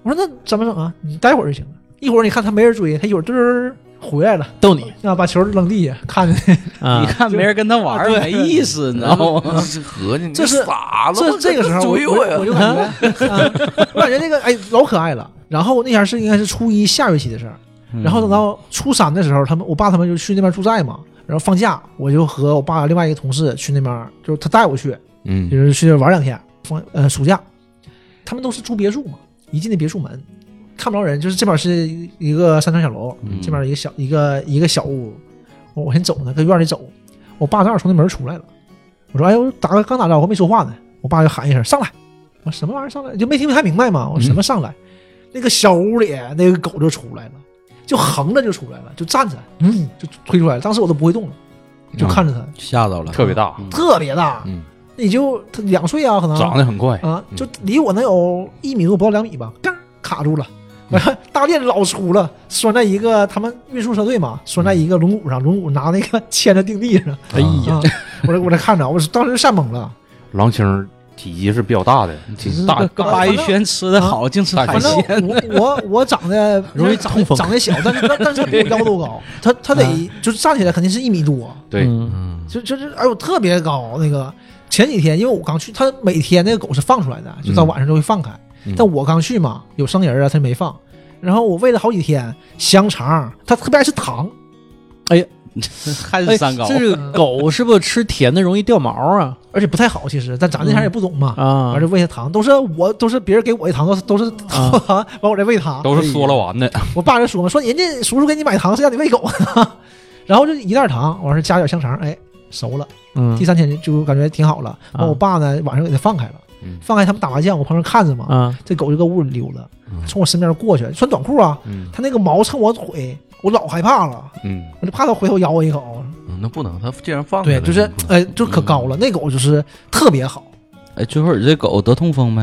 我说那怎么整啊？你待会儿就行了。一会儿你看他没人追，他一会儿嘚儿回来了，
逗 你
啊，把球扔地下，看 着
啊
你，看没人跟他玩儿没意思，你知
然
道
后
吗？
嗯
这合计，你
这是
傻子，
这这个时候我
追
就
我
我
呀，
就感 觉，啊我感觉那个哎老可爱了。然后那前儿是应该是初一下学期的事儿，然后等到初三的时候，他们我爸他们就去那边驻寨嘛，然后放假我就和我爸另外一个同事去那边，就是他带我去，
嗯
就是去玩两天，放呃暑假，他们都是住别墅嘛，一进那别墅门，看不着人，就是这边是一个三层小楼，
嗯
这边一个小一个一个小屋，我我先走呢，搁院里走，我爸正好从那门出来了，我说哎呦打个刚打招呼没说话呢，我爸就喊一声上来，我说什么玩意儿上来就没听太明白嘛，我说什么上来，那个小屋里那个狗就出来了，就横着就出来了，就站着，嗯，就推出来了，当时我都不会动了，就看着它、
吓 到
嗯
了，
特别大，
嗯
特别大，
啊嗯，
那也就它两岁啊可能
长得很
哎
快，
啊，
嗯
就离我能有一米多，不到两米吧，嘎卡住了，完
嗯
了 大便老粗了，拴在一个他们运输车队嘛，拴在一个轮毂上，轮毂拿那个 牵着定地上，
哎呀，
啊，我这我这看着，我当时就吓懵 了，
狼青儿体积是比较大的，
其实
大
跟跟鲅鱼圈吃的
嗯
好，净吃海
反正
鲜。
我我我长得
容易
长
痛风啊
长得小，但是但但是比我腰都高，他 他得就是站起来肯定是一米多，
对，
嗯
嗯，
就就是哎呦特别高那个。前几天因为我刚去，他每天那个狗是放出来的，就到晚上就会放开。
嗯
但我刚去嘛，有生人啊，他没放。然后我喂了好几天香肠，他特别爱吃糖，
还
哎
是三高，
这个狗是不是吃甜的容易掉毛啊
而且不太好。其实，但咱那前儿也不懂嘛，
啊
完？就喂它糖，都是我都是别人给我的糖，都是都是
啊
完 我再喂它。
都是缩了完的，
我爸就说嘛，说人家叔叔给你买糖是让你喂狗的， 然后就一袋糖，完事儿加点香肠，哎，熟了。
嗯
第三天就感觉挺好了。
啊
完、我爸呢，晚上给它放开了，
嗯
放开他们打麻将，我旁边看着嘛，
啊，
这狗就搁屋里溜达，从我身边过去，穿短裤啊，
嗯
它那个毛蹭我腿，我老害怕了。
嗯，
我就怕它回头咬我一口。
嗯那不能，他既然放开
对，
了
就是
不能
哎，就可高了，那狗就是特别好。
哎，最后你这狗得痛风没？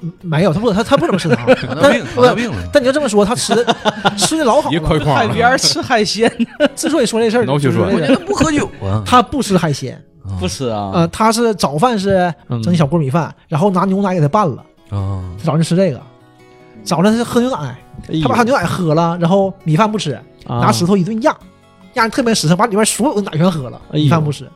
嗯没有，他不他他不怎么吃糖，
糖尿
但
病，糖尿病了。
但你就这么说，他吃的吃的老好
一
了。
块块
海
儿
边吃海鲜
之所以说这事儿，
脑血栓
就是
关
那
键
个
他不 喝酒啊，
他不吃海鲜，
不吃啊
呃，？他是早饭是
嗯
整小锅米饭，然后拿牛奶给他拌了，
啊，
早上吃这个。早上是喝牛奶，他
哎
把他牛奶喝了，然后米饭不吃，
啊
拿石
头，
头一顿压，压的特别实诚，把里面所有的奶全喝了，
哎呦
米饭不吃。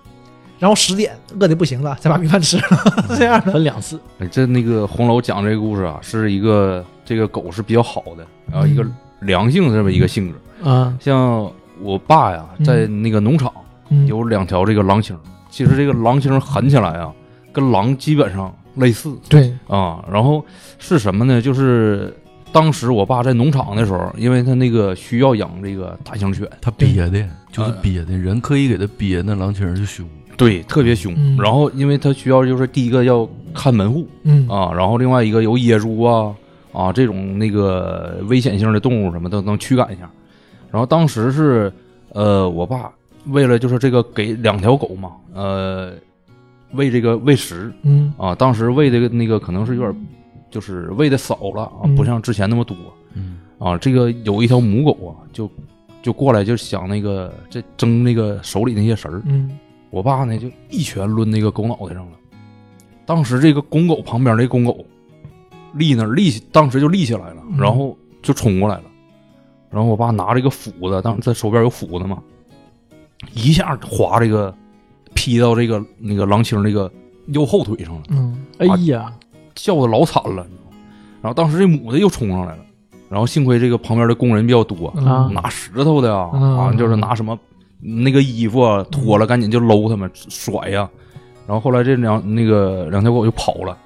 然后十点饿的不行了，才把米饭吃了，是这样的。
分两次，
哎这那个红楼讲这个故事啊，是一个这个狗是比较好的，然后一个
嗯
良性的这么一个性格。
啊，
像我爸呀，
嗯
在那个农场
嗯，
有两条这个狼青，其实这个狼青狠起来啊，跟狼基本上类似
对，
啊。然后是什么呢？就是当时我爸在农场的时候，因为他那个需要养这个大型犬，
他憋的，就是憋的，人刻意给他憋，那狼青儿就凶。
对，特别凶。
嗯
然后因为他需要就是第一个要看门户，
嗯
啊，然后另外一个有野猪啊啊这种那个危险性的动物什么的能驱赶一下。然后当时是呃，我爸为了就是这个给两条狗嘛，呃，喂这个喂食
嗯
啊，当时喂的那个可能是有点就是喂的少了啊，不
嗯
像之前那么多
嗯，
啊。这个有一条母狗啊，就就过来就想那个这争那个手里那些食儿，
嗯
我爸呢就一拳抡那个狗脑袋上了。当时这个公狗旁边这公狗立那儿立起，当时就立起来了，
嗯
然后就冲过来了。然后我爸拿这个斧子，当时他手边有斧子嘛，一下划这个劈到这个那个狼青这个右后腿上了，
嗯
哎呀，
叫的老惨了，你知道吗？然后当时这母的又冲上来了，然后幸亏这个旁边的工人比较多，
啊
拿石头的啊，
嗯
啊，就是拿什么那个衣服啊脱
嗯
了，赶紧就搂他们甩呀、然后后来这两那个两条狗就跑了，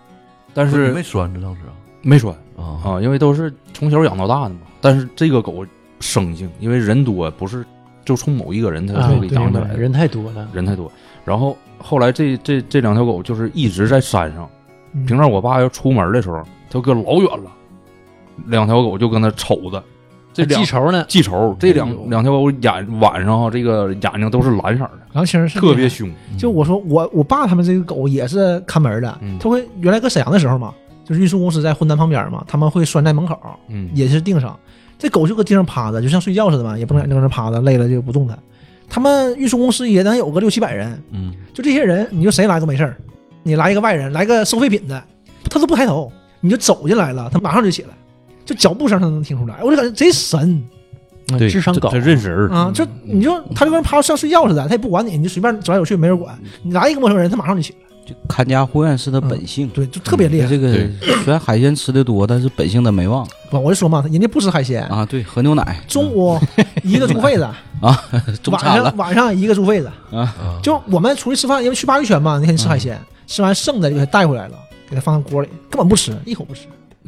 但
不你
是
没拴着当时啊
没拴
啊，
啊，因为都是从小养到大的嘛。但是这个狗生性，因为人多，不是就冲某一个人它
啊
就给
对
养起
明
来
白
的，
人太多了，
人太多。然后后来这这这两条狗就是一直在山上，
嗯
平常我爸要出门的时候，他搁老远了，两条狗就跟他瞅着。这两
记仇呢，
记仇，这
哎呦
两两条狗眼晚上啊，这个眼睛都是蓝色的，
狼青是
特别凶。
嗯
就我说我我爸他们这个狗也是看门的
嗯，
他会原来搁沈阳的时候嘛，就是运输公司在混南旁边嘛，他们会拴在门口，
嗯，
也是定上。这狗就搁地上趴着，就像睡觉似的嘛，也不能在那趴着，累了就不动弹。他们运输公司也能有个六七百人，
嗯，
就这些人，你就谁来都没事儿，你来一个外人，来个收废品的，他都不抬头，你就走进来了，他马上就起来，就脚步声他能听出来，我就感觉贼神
嗯
对，
智商高嗯
他，认识人，
啊！就你就他就跟人趴着像睡觉似的，他也不管你，你就随便走来走去，没人管。你来一个陌生人，他马上就起来，
就看家护院是他本性，
对，就特别厉害。
这个虽然海鲜吃的多，但是本性他没忘
我我就说嘛，人家不吃海鲜，
啊。对，喝牛奶，
中午一个猪肺子，
中
晚
餐
上
了，
晚上一个猪肺子，
啊
就我们出去吃饭，因为去鲅鱼圈嘛，那天吃海鲜，吃完剩的就给它带回来了，给它放在锅里，根本不吃，一口不吃。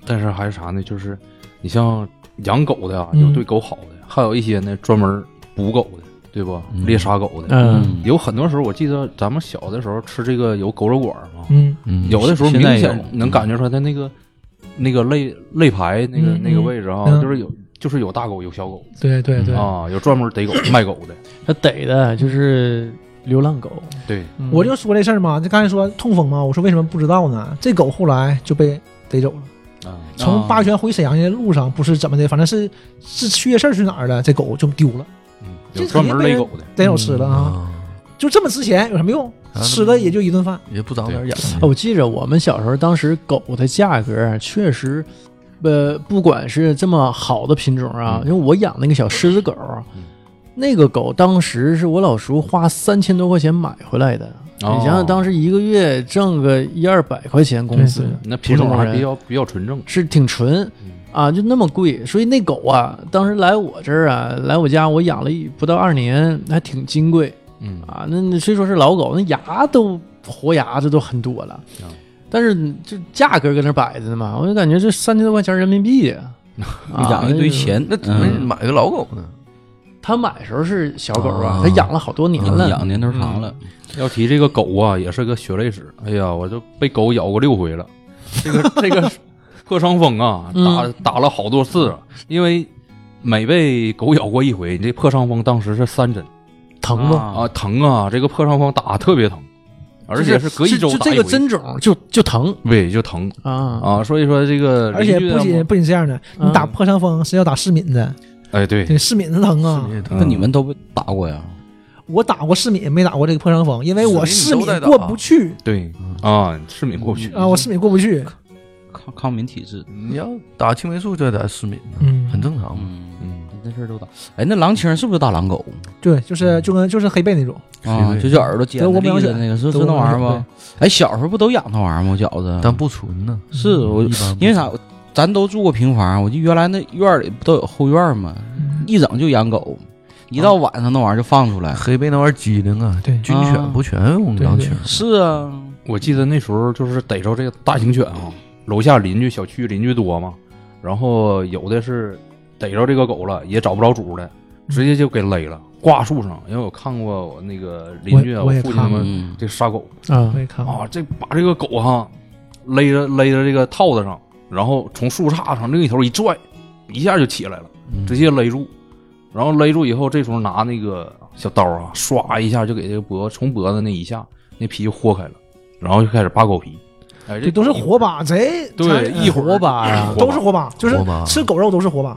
但是还是啥呢？就是你像养狗的啊，
嗯
有对狗好的，还有一些呢专门捕狗的，对吧？
嗯
猎杀狗的，
嗯，
有很多时候我记得咱们小的时候吃这个有狗肉馆嘛，
嗯
嗯
有的时候
现
明
在
显
有
能感觉出来它那个那个肋肋排那个
嗯
那个位置啊
嗯，
就是有就是有大狗有小狗
对对
对
啊，有专门逮狗卖狗的，
他逮的就是流浪狗，
对，
嗯
我就说这事儿嘛，就刚才说痛风嘛，我说为什么不知道呢？这狗后来就被逮走了，
啊，
从鲅鱼圈回沈阳的路上，不是怎么的，反正是是去夜市去哪儿了，这狗就丢了，
嗯
这
有专门
肯定被
勒
人
狗的。
逮着吃了啊！
啊，
就这么值钱有什么用？
啊
吃了也就一顿饭，
也不长点眼
啊我记着我们小时候，当时狗的价格啊确实，呃，不管是这么好的品种啊，
嗯
因为我养那个小狮子狗，
嗯
那个狗当时是我老叔花三千多块钱买回来的。
哦
你想想，当时一个月挣个一二百块钱工资
对，
那品种还比较比较纯正，
是挺纯
嗯
啊，就那么贵，所以那狗啊，当时来我这儿啊，来我家，我养了一不到二年，还挺金贵。
嗯
啊，那那虽说是老狗，那牙都活牙这都很多了，
啊
但是就价格搁那摆着呢嘛，我就感觉这三千多块钱人民币啊，啊
养一堆，钱，
那怎么
嗯
买个老狗
那
呢？
他买的时候是小狗啊
啊，
他养了好多年了，
养年头长了，
要提这个狗啊，也是个血泪史。哎呀，我就被狗咬过六回了，这个这个破伤风啊，打
嗯
打了好多次了，因为每被狗咬过一回，你这破伤风当时是三针
疼吗？
啊
啊啊，疼啊，这个破伤风打特别疼，而且是隔一周
就
打
这
一
个
回
针种就就疼
胃就疼
啊
啊，所以说这个
而且
邻居
不
的
仅
猫
不仅这样的，你打破伤风是要打市敏的，
哎对，
这市敏的疼啊！
你也疼
那你们都被打过呀？
我打过市敏，没打过这个破伤风，因为我市
市
敏
敏你都在打
过不去
对啊，市民过不去
啊，我市敏过不去。
抗抗敏体质，
你要嗯打青霉素就得打失眠，
嗯
很正常嘛。
嗯，
嗯，
那事儿都打。哎，那狼青是不是大狼狗
对，就是就跟就是黑背那种，
啊？
对
就是耳朵尖
德
的
国
立
牧羊
的
犬
那个，是
德
是
国
那玩意儿
牧羊犬
吗？哎，小时候不都养那玩意儿吗？我觉着，
啊
但不纯呢，
是我
一般不
因为啥？咱都住过平房，我就原来那院儿里不都有后院儿吗？一整就养狗，一到晚上那玩意儿就放出来。
黑背那玩意儿机灵啊，
对
军
啊
犬不全用狼
对
群，
是啊，
我记得那时候就是逮着这个大型犬啊，楼下邻居小区邻居多嘛，然后有的是逮着这个狗了，也找不着主了，直接就给勒了，挂树上。因为我看过我那个邻居啊，
我我也
父亲他
看过
们
嗯，
这杀狗
啊
我！也看过
啊，这把这个狗哈勒着勒着这个套子上，然后从树杈上另一头一拽，一下就起来了，直接勒住。然后勒住以后，这时候拿那个小刀啊，唰一下就给这个脖子从脖子那一下，那皮就豁开了，然后就开始扒狗皮。哎，
这都是活靶贼，
对
咱
一会儿
活靶呀
都是活靶，就是
活靶
吃狗肉都是活靶。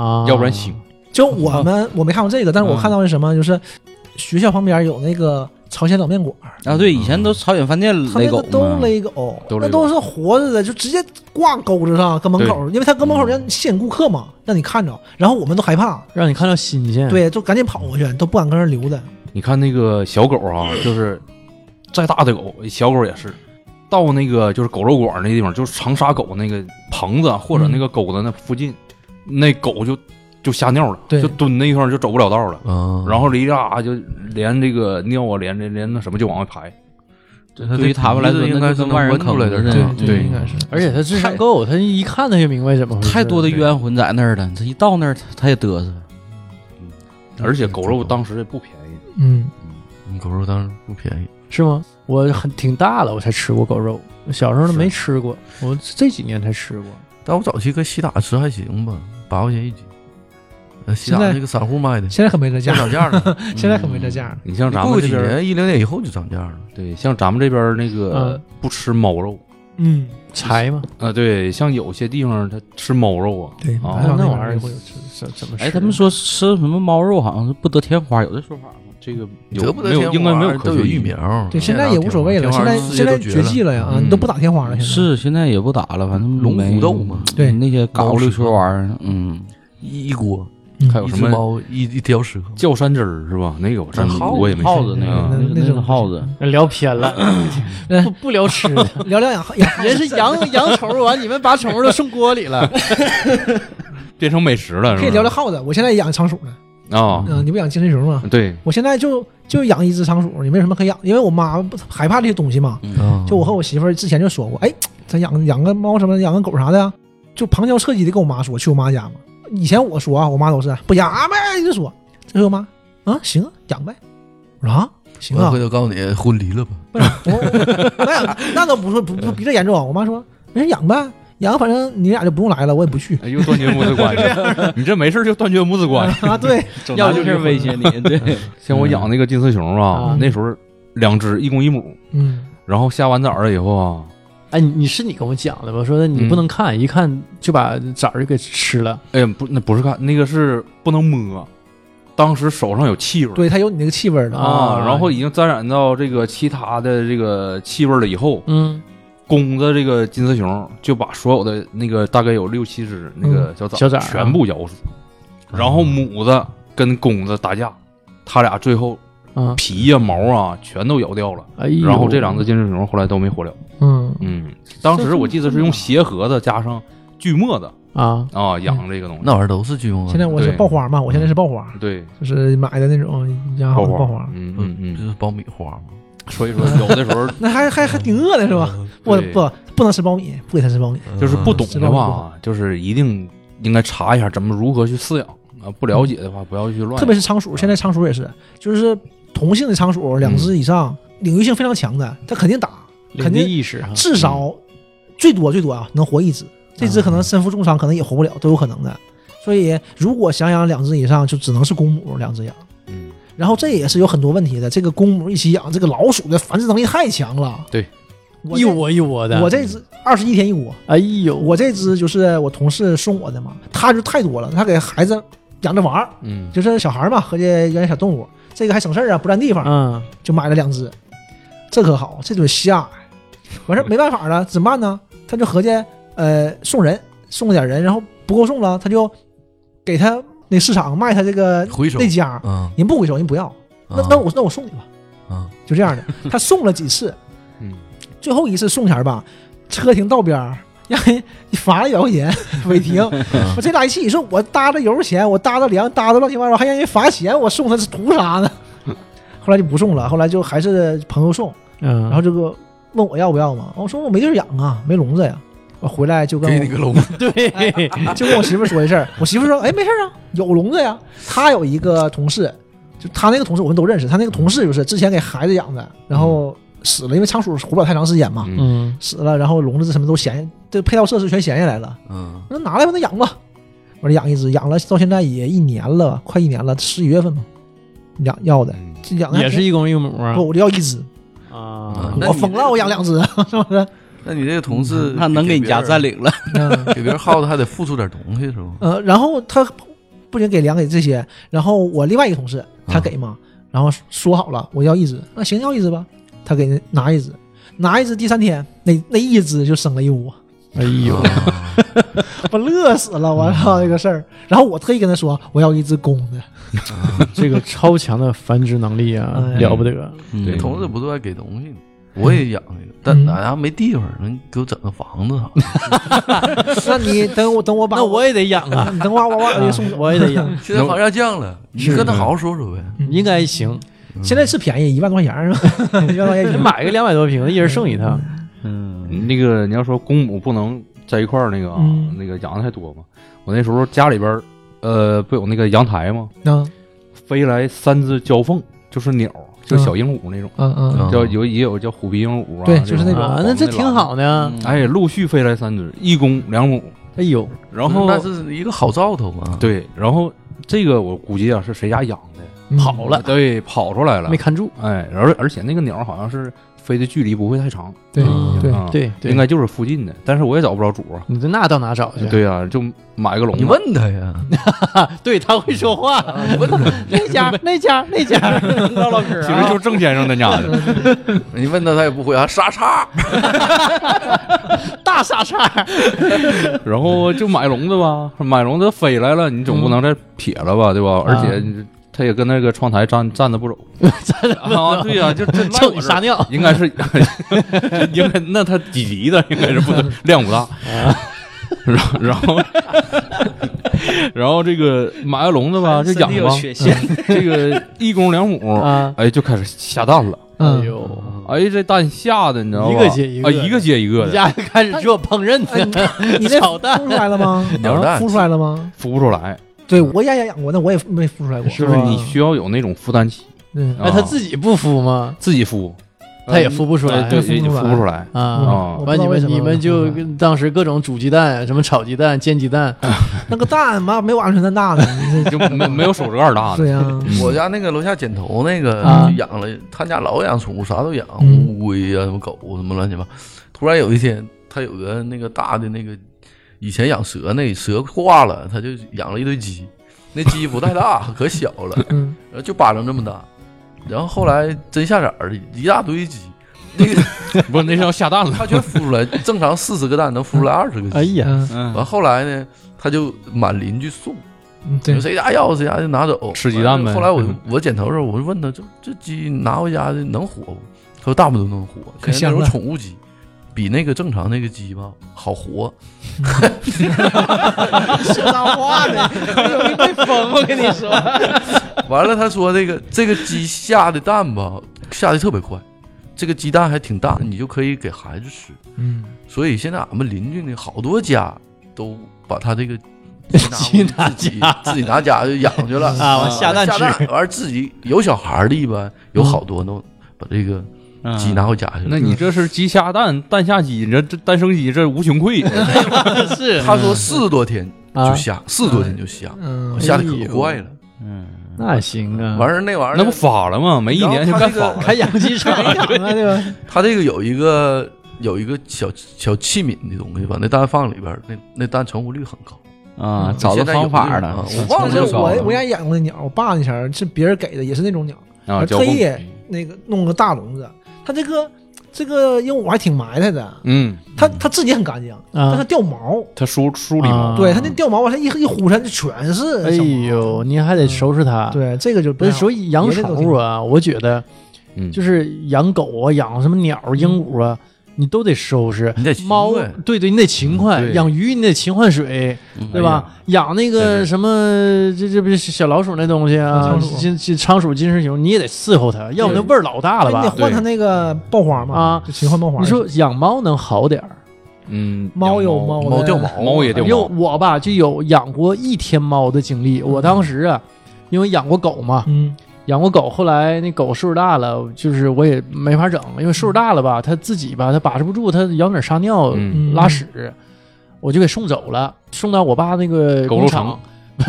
啊，
要不然腥。
就我们我没看过这个，但是我看到是什么，就是学校旁边有那个朝鲜冷面馆儿，
啊对，以前都朝鲜饭店
他那
勒嗯狗
个都
嘛
勒狗，
都
那
勒狗
都是活着的，就直接挂钩子上，搁门口，因为他搁门口让你吸引顾客嘛，让你看着，然后我们都害怕，
让你看到新鲜。，
对，就赶紧跑过去，都不敢跟人溜达。
你看那个小狗啊，就是再大的狗，小狗也是，到那个就是狗肉馆那地方，就是长沙狗那个棚子或
嗯
者那个狗的那附近，那狗就就吓尿了，
对
就蹲那地方就走不了道了，
嗯，
然后离啊就连这个尿啊，连这连那什么就往外排，
对于他们来说，
应该是
那就跟万人
闻出
坑
来
似
的，
的
对
嗯
对
应该是
而且他智商够，他一看他就明白怎么回事。
太多的冤魂在那儿了，这一到那儿他他也嘚瑟。
而且狗肉当时也不便宜，
嗯，
嗯狗肉当然不便宜，
是吗？我很挺大了，我才吃过狗肉，小时候都没吃过，我这几年才吃过。
但我早期搁西塔吃还行吧，八块钱一斤。呃西塔
现在
那个散户卖的，
现在可没这价
现涨价 了，
现在可没这价了。
你像咱
过
们这
几
边，
年一零年以后就涨价了。
对，像咱们这边那个
嗯
不吃猫肉。
嗯，
柴吗？
啊，对，像有些地方它吃猫肉啊，
对
啊
哎，那
那
玩意儿
会有
怎怎么吃？啊
哎，他们说吃什么猫肉好像是不得天花，有这说法吗？
这个
得
有
不
没
得
有
天
应该没
花
有科
都有
学
疫
依据
苗，啊
对，现在也无所谓了，现在现在绝迹了呀，啊，
嗯
你都不打天花了，现在
是，现在也不打了，反正
龙
没
骨斗嘛
对
那些嘎溜球玩意儿，嗯，
一一锅
还有
一
什
只
么
猫一一条蛇，
叫山汁儿是吧？那个我真
耗
我也没
耗
吃
子那
嗯
个，
那
那
种
是
不
耗子。
聊偏了，嗯不不聊吃的，
聊聊养 养
人是羊羊稠完，你们把宠物都送锅里了。
变成美食了，是吧
可以聊聊耗子，我现在也养仓鼠呢，
啊，
嗯，你不养金丝熊吗？
对，
我现在就就养一只仓鼠，也没什么可养，因为我妈不害怕这些东西
嗯
嘛。
啊
就我和我媳妇儿之前就说过，哎，咱养养个猫什么的，养个狗啥的呀，就旁敲侧击的跟我妈说，去我妈家嘛。以前我说啊，我妈都是不养呗，就说，这回我妈啊行啊养呗，我说啊行
我
啊
回，头告诉你婚离了吧，
不是我我我养那倒不说不不比这严重，我妈说没事养呗，养反正你俩就不用来了，我也不去
哎又断绝母子关系，你这没事就断绝母子关系。
啊。对，
要就是威胁你， 对，
像我养那个金丝熊啊
嗯，
那时候两只，一公一母，
嗯，
然后下完崽儿以后啊，
哎，你你是你跟我讲的吧？说的你不能看，一看就把崽儿就给吃了。
哎呀，不，那不是看那个是不能摸，当时手上有气味儿
对，它有你那个气味儿的，
啊，
啊
然后已经沾染到这个其他的这个气味儿了以后，
嗯，
公的这个金丝熊就把所有的那个大概有六七只那个小崽
小崽儿啊
全部咬死，然后母的跟公的打架，他俩最后
啊，
皮呀、毛啊全都咬掉了。
哎呦，
然后这两只金丝熊后来都没活了。
嗯，
嗯，当时我记得是用鞋盒子加上锯末子
啊，
啊养这个东西。
那玩意儿都是军用啊。
现在我是
对
爆花嘛，我现在是爆花，
对，
就是买的那种养好的爆花，
嗯嗯
嗯嗯，就
嗯，
是苞米花嘛，
所以说有的时候
那还还还挺饿的是
嗯
吧？不
对
不不能吃苞米，不给它吃苞米。
就是不懂
知
的
道不
话，就是一定应该查一下怎么如何去饲养啊。不了解的话，不要去乱。
特别是仓
嗯
鼠，现在仓鼠也是，就是同性的仓鼠两只以上，领域性非常强的，它肯定打，肯
肯定
定
意识哈，啊
至少
嗯
最多最多啊能活一只，这只可
啊
能身负重伤，可能也活不了，都有可能的。所以如果想养两只以上，就只能是公母两只养。
嗯
然后这也是有很多问题的，这个公母一起养，这个老鼠的繁殖能力太强了。
对，
我
一
这
窝一窝的。嗯
我这只二十一天一窝，
哎呦，
我这只就是我同事送我的嘛，他就太多了，他给孩子养着玩儿，
嗯
就是小孩儿嘛，合计养点小动物，这个还省事儿啊，不占地方，
嗯，
就买了两只，这可好，这顿下呀，完事儿没办法了，怎么办呢？他就合计，呃，送人，送了点人，然后不够送了，他就给他那市场卖他这个
回收
那家，
嗯，
人不回收，人不要，那
啊
那我那我送你吧，
啊，
就这样 的。他送了几次，
嗯，
最后一次送前儿吧，车停道边儿，让人罚了一百块 钱违停。
嗯
我这来气，你说我搭着油钱，我搭着粮，搭着乱七八糟，还让人罚钱，我送他是图啥 呢？后来就不送了，后来就还是朋友送，
嗯，
然后这个问我要不要嘛，我说我没地儿养啊，没笼子呀。我回来就跟
给你
我
个笼，
对，
就跟我媳妇儿说这事儿，我媳妇儿说，哎，没事儿啊，有笼子呀。她有一个同事，就她那个同事我们都认识，她那个同事就是之前给孩子养的，然
嗯
后死了，因为仓鼠活不了太长时间嘛，
嗯
嗯
死了，然后笼子什么都闲，这配套设施全闲下来了。
嗯
我说拿来吧，那养吧。我说养一只，养了到现在也一年了，快一年了，十一月份嘛，养要的，
嗯
这养的还
也是一公一母啊
不，我就要一只，
啊
那
我
你
疯
这
了，我养两只，是不是？
那你这个同事
他能给你家占
领，
领了，
嗯，
给别人耗的还得付出点东西是吧？
呃，然后他不仅给粮给这些，然后我另外一个同事他给嘛，然后说好了我要一只，那行要一只吧，他给人拿一只，拿一只，第三天那那一只就生了一窝，
哎呦，
啊
我乐死了，我操这个事儿。然后我特意跟他说我要一只公的，
这个超强的繁殖能力 啊
哎，呀
了不得！
嗯
对
同事不都爱给东西吗？我也养一个，但
嗯
俺家没地方，能给我整个房 子啥啊的。
那你等我等我把
那我也得养啊，
你等我把我把我给送走。
我也得 养，
现在房价降了，你
是
跟他好好说说呗。
嗯
应该行。
现在是便宜，一万多块钱儿是 吧？一万多块钱一
这
只。
买个两百多平的，一人剩一套。
嗯，
那个你要说公母不能在一块儿那个啊，
嗯
那个养的太多嘛。我那时候家里边儿呃不有那个阳台吗？
嗯
飞来三只交凤，就是鸟，就小鹦鹉那种，
嗯嗯
嗯
叫有也有叫虎皮鹦鹉啊，
对
这种
就是那种
啊，那这挺。好的。
嗯
哎，陆续飞来三只，一公两母，
哎呦，
然后
那是一个好兆头啊。
对，然后这个我估计啊是谁家养的，
嗯，
跑了
对，跑出来了
没，看住。
哎，而而且那个鸟好像是飞的距离不会太长，
对
嗯
对，
啊，
对对哎
应该就是附近的，但是我也找不着主啊，
你这那到哪找去？啊
对呀、就买个笼子，
你问他呀，
对，他会说话。
啊
问他，
那家那家那 家，唠唠嗑
其
啊
实就是郑先生他家的，
你问他他也不回啊，傻叉。
大傻叉。
然后就买笼子吧，买笼子飞来了，你总不能再撇了吧，对吧？而且你他也跟那个窗台站站着不走，站着啊，对呀、就这赖我
蹭
这
你撒尿，
应该是 应该那他几级的应该是不能量不大，然后然后然后这个买个笼子吧，就养吧，嗯
线，
这个一公两母，
啊
哎，就开始下蛋了，
哎
嗯，
呦，
哎，这蛋下的你知道吧？
一个接一个
啊，一个接一个
你
的，
家开始做烹饪的，
哎你这
炒蛋
孵出来 了吗？
鸟蛋
孵出来了吗？
孵不出来，
对我也养过，那我也没孵出来过，
是
就
吧
是你需要有那种负担期，
嗯，
哎，他自己不孵吗？
自己孵，
他也孵不出
哎
来
对，
他
也
也
也
孵不出来
孵不出来。
啊。
哦
我不
完，
知道
你
为什
们
么
你们就
嗯
跟当时各种煮鸡蛋，什么炒鸡蛋、煎鸡蛋，
那个蛋嘛没有安全蛋 大呢，你
就没没有手指盖大
这
的， 嗯
对啊呀，
我家那个楼下剪头那个
嗯啊
就养了，他家老养宠物，啥都养，
嗯
乌龟呀、什么狗什么乱七八。突然有一天，他有个那个大的那个，以前养蛇那蛇挂了，他就养了一堆鸡，那鸡不太大，可小了，
嗯，
然后就巴掌这么大。然后后来真下崽儿了，一大堆鸡，那个
不是那是要下蛋了。
他全孵出来，正常四十个蛋能孵出来二十个
哎
鸡。
呀，
嗯
嗯
完后来呢，他就满邻居送。
嗯
有
对，
谁家要谁家就拿走，
吃鸡蛋呗
后来我我剪头的时候，我就问他，这这鸡拿回家的能活不？他说大部分都能活，
可
现在
香
那
了
种宠物鸡。比那个正常那个鸡吧好活，
说脏话呢， 被封，我跟你说，
完了他说这个这个鸡下的蛋吧下的特别快，这个鸡蛋还挺大，你就可以给孩子吃。
嗯，
所以现在俺们邻居呢好多家都把他这个
鸡拿
自己自己拿家就养去了
啊完 下蛋
下
吃
蛋完了自己有小孩儿的一般有好多都把这个
嗯
鸡拿回家去
那
了。
你这是鸡下蛋，蛋下鸡，你这这蛋生鸡，这无穷匮。
是
他说四十多天
啊
就下，四十多天就下，
嗯
下的可快了。
嗯，
那行啊，
完事儿那玩意儿
那不发了吗？没一年就干发了，啊
还养鸡
哎
场养啊，对吧？
它这个有一个有一个小小器皿的东西，把那蛋放里边儿，那那蛋成活率很高。
啊，
嗯
找到
现在有
方法
这个
了
啊，我忘了
这
这
是我我家养的鸟，我爸那前儿是别人给的，也是那种鸟，
啊，
还
交
特
工
意那个弄个大笼子。它这个这个鹦鹉还挺埋汰的，
嗯，
它它自己很干净，但它掉毛，
它梳梳理毛
啊，
对它那掉毛往上一一呼它就全是。
哎，呦，啊你还得收拾它。，
对这个就
不
不太
是
好
说养宠物啊，我觉得
嗯
就是养狗啊，养什么鸟、鹦鹉啊，你都得收拾。
你得勤
猫
快，
对对，你得勤快；
对
养鱼你得勤换水，
嗯
对吧？养那
真
个
是
什么，这这不是小老鼠那东西啊
仓鼠，
金金仓鼠、金丝熊，你也得伺候它，要不那味儿老大了
哎那你得
吧？
换它那个刨花嘛
啊
就勤换刨花。
你说养猫能好点儿？
嗯，
猫有
猫
猫
猫掉毛
的，
猫也掉
因为
毛，
我吧就有养过一天猫的经历。我当时啊，因为养过狗嘛，
嗯，
养过狗，后来那狗岁数大了，就是我也没法整，因为岁数大了吧，它自己吧，它把持不住，它咬哪儿撒尿、
嗯
嗯
拉屎，我就给送走了，送到我爸那个
狗
工
肉
厂
城。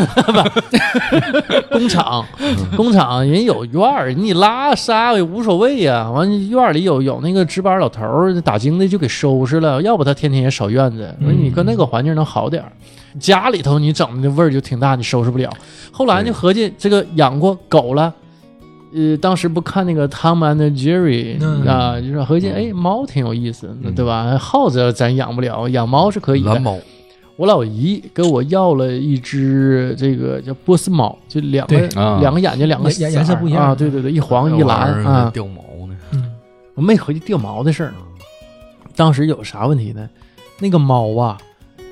工厂，
嗯
工厂人有院儿，你拉撒也无所谓呀、完院儿里有有那个值班老头儿打更的，就给收拾了。要不他天天也扫院子，
嗯
所以你跟那个环境能好点儿。家里头你整的味儿就挺大，你收拾不了。后来呢，
对
合计这个养过狗了。呃，当时不看那个《Tom and Jerry
嗯》
啊，就是合计，哎，猫挺有意思，对吧？耗子咱养不了，养猫是可以的。
蓝猫，
我老姨给我要了一只这个叫波斯猫，就两个
对
啊
两个眼睛，两个
颜颜颜色不一样
啊，对对对，一黄一蓝
那玩意儿
啊，
掉毛呢。
嗯
我没合计掉毛的事儿。当时有啥问题呢？那个猫啊，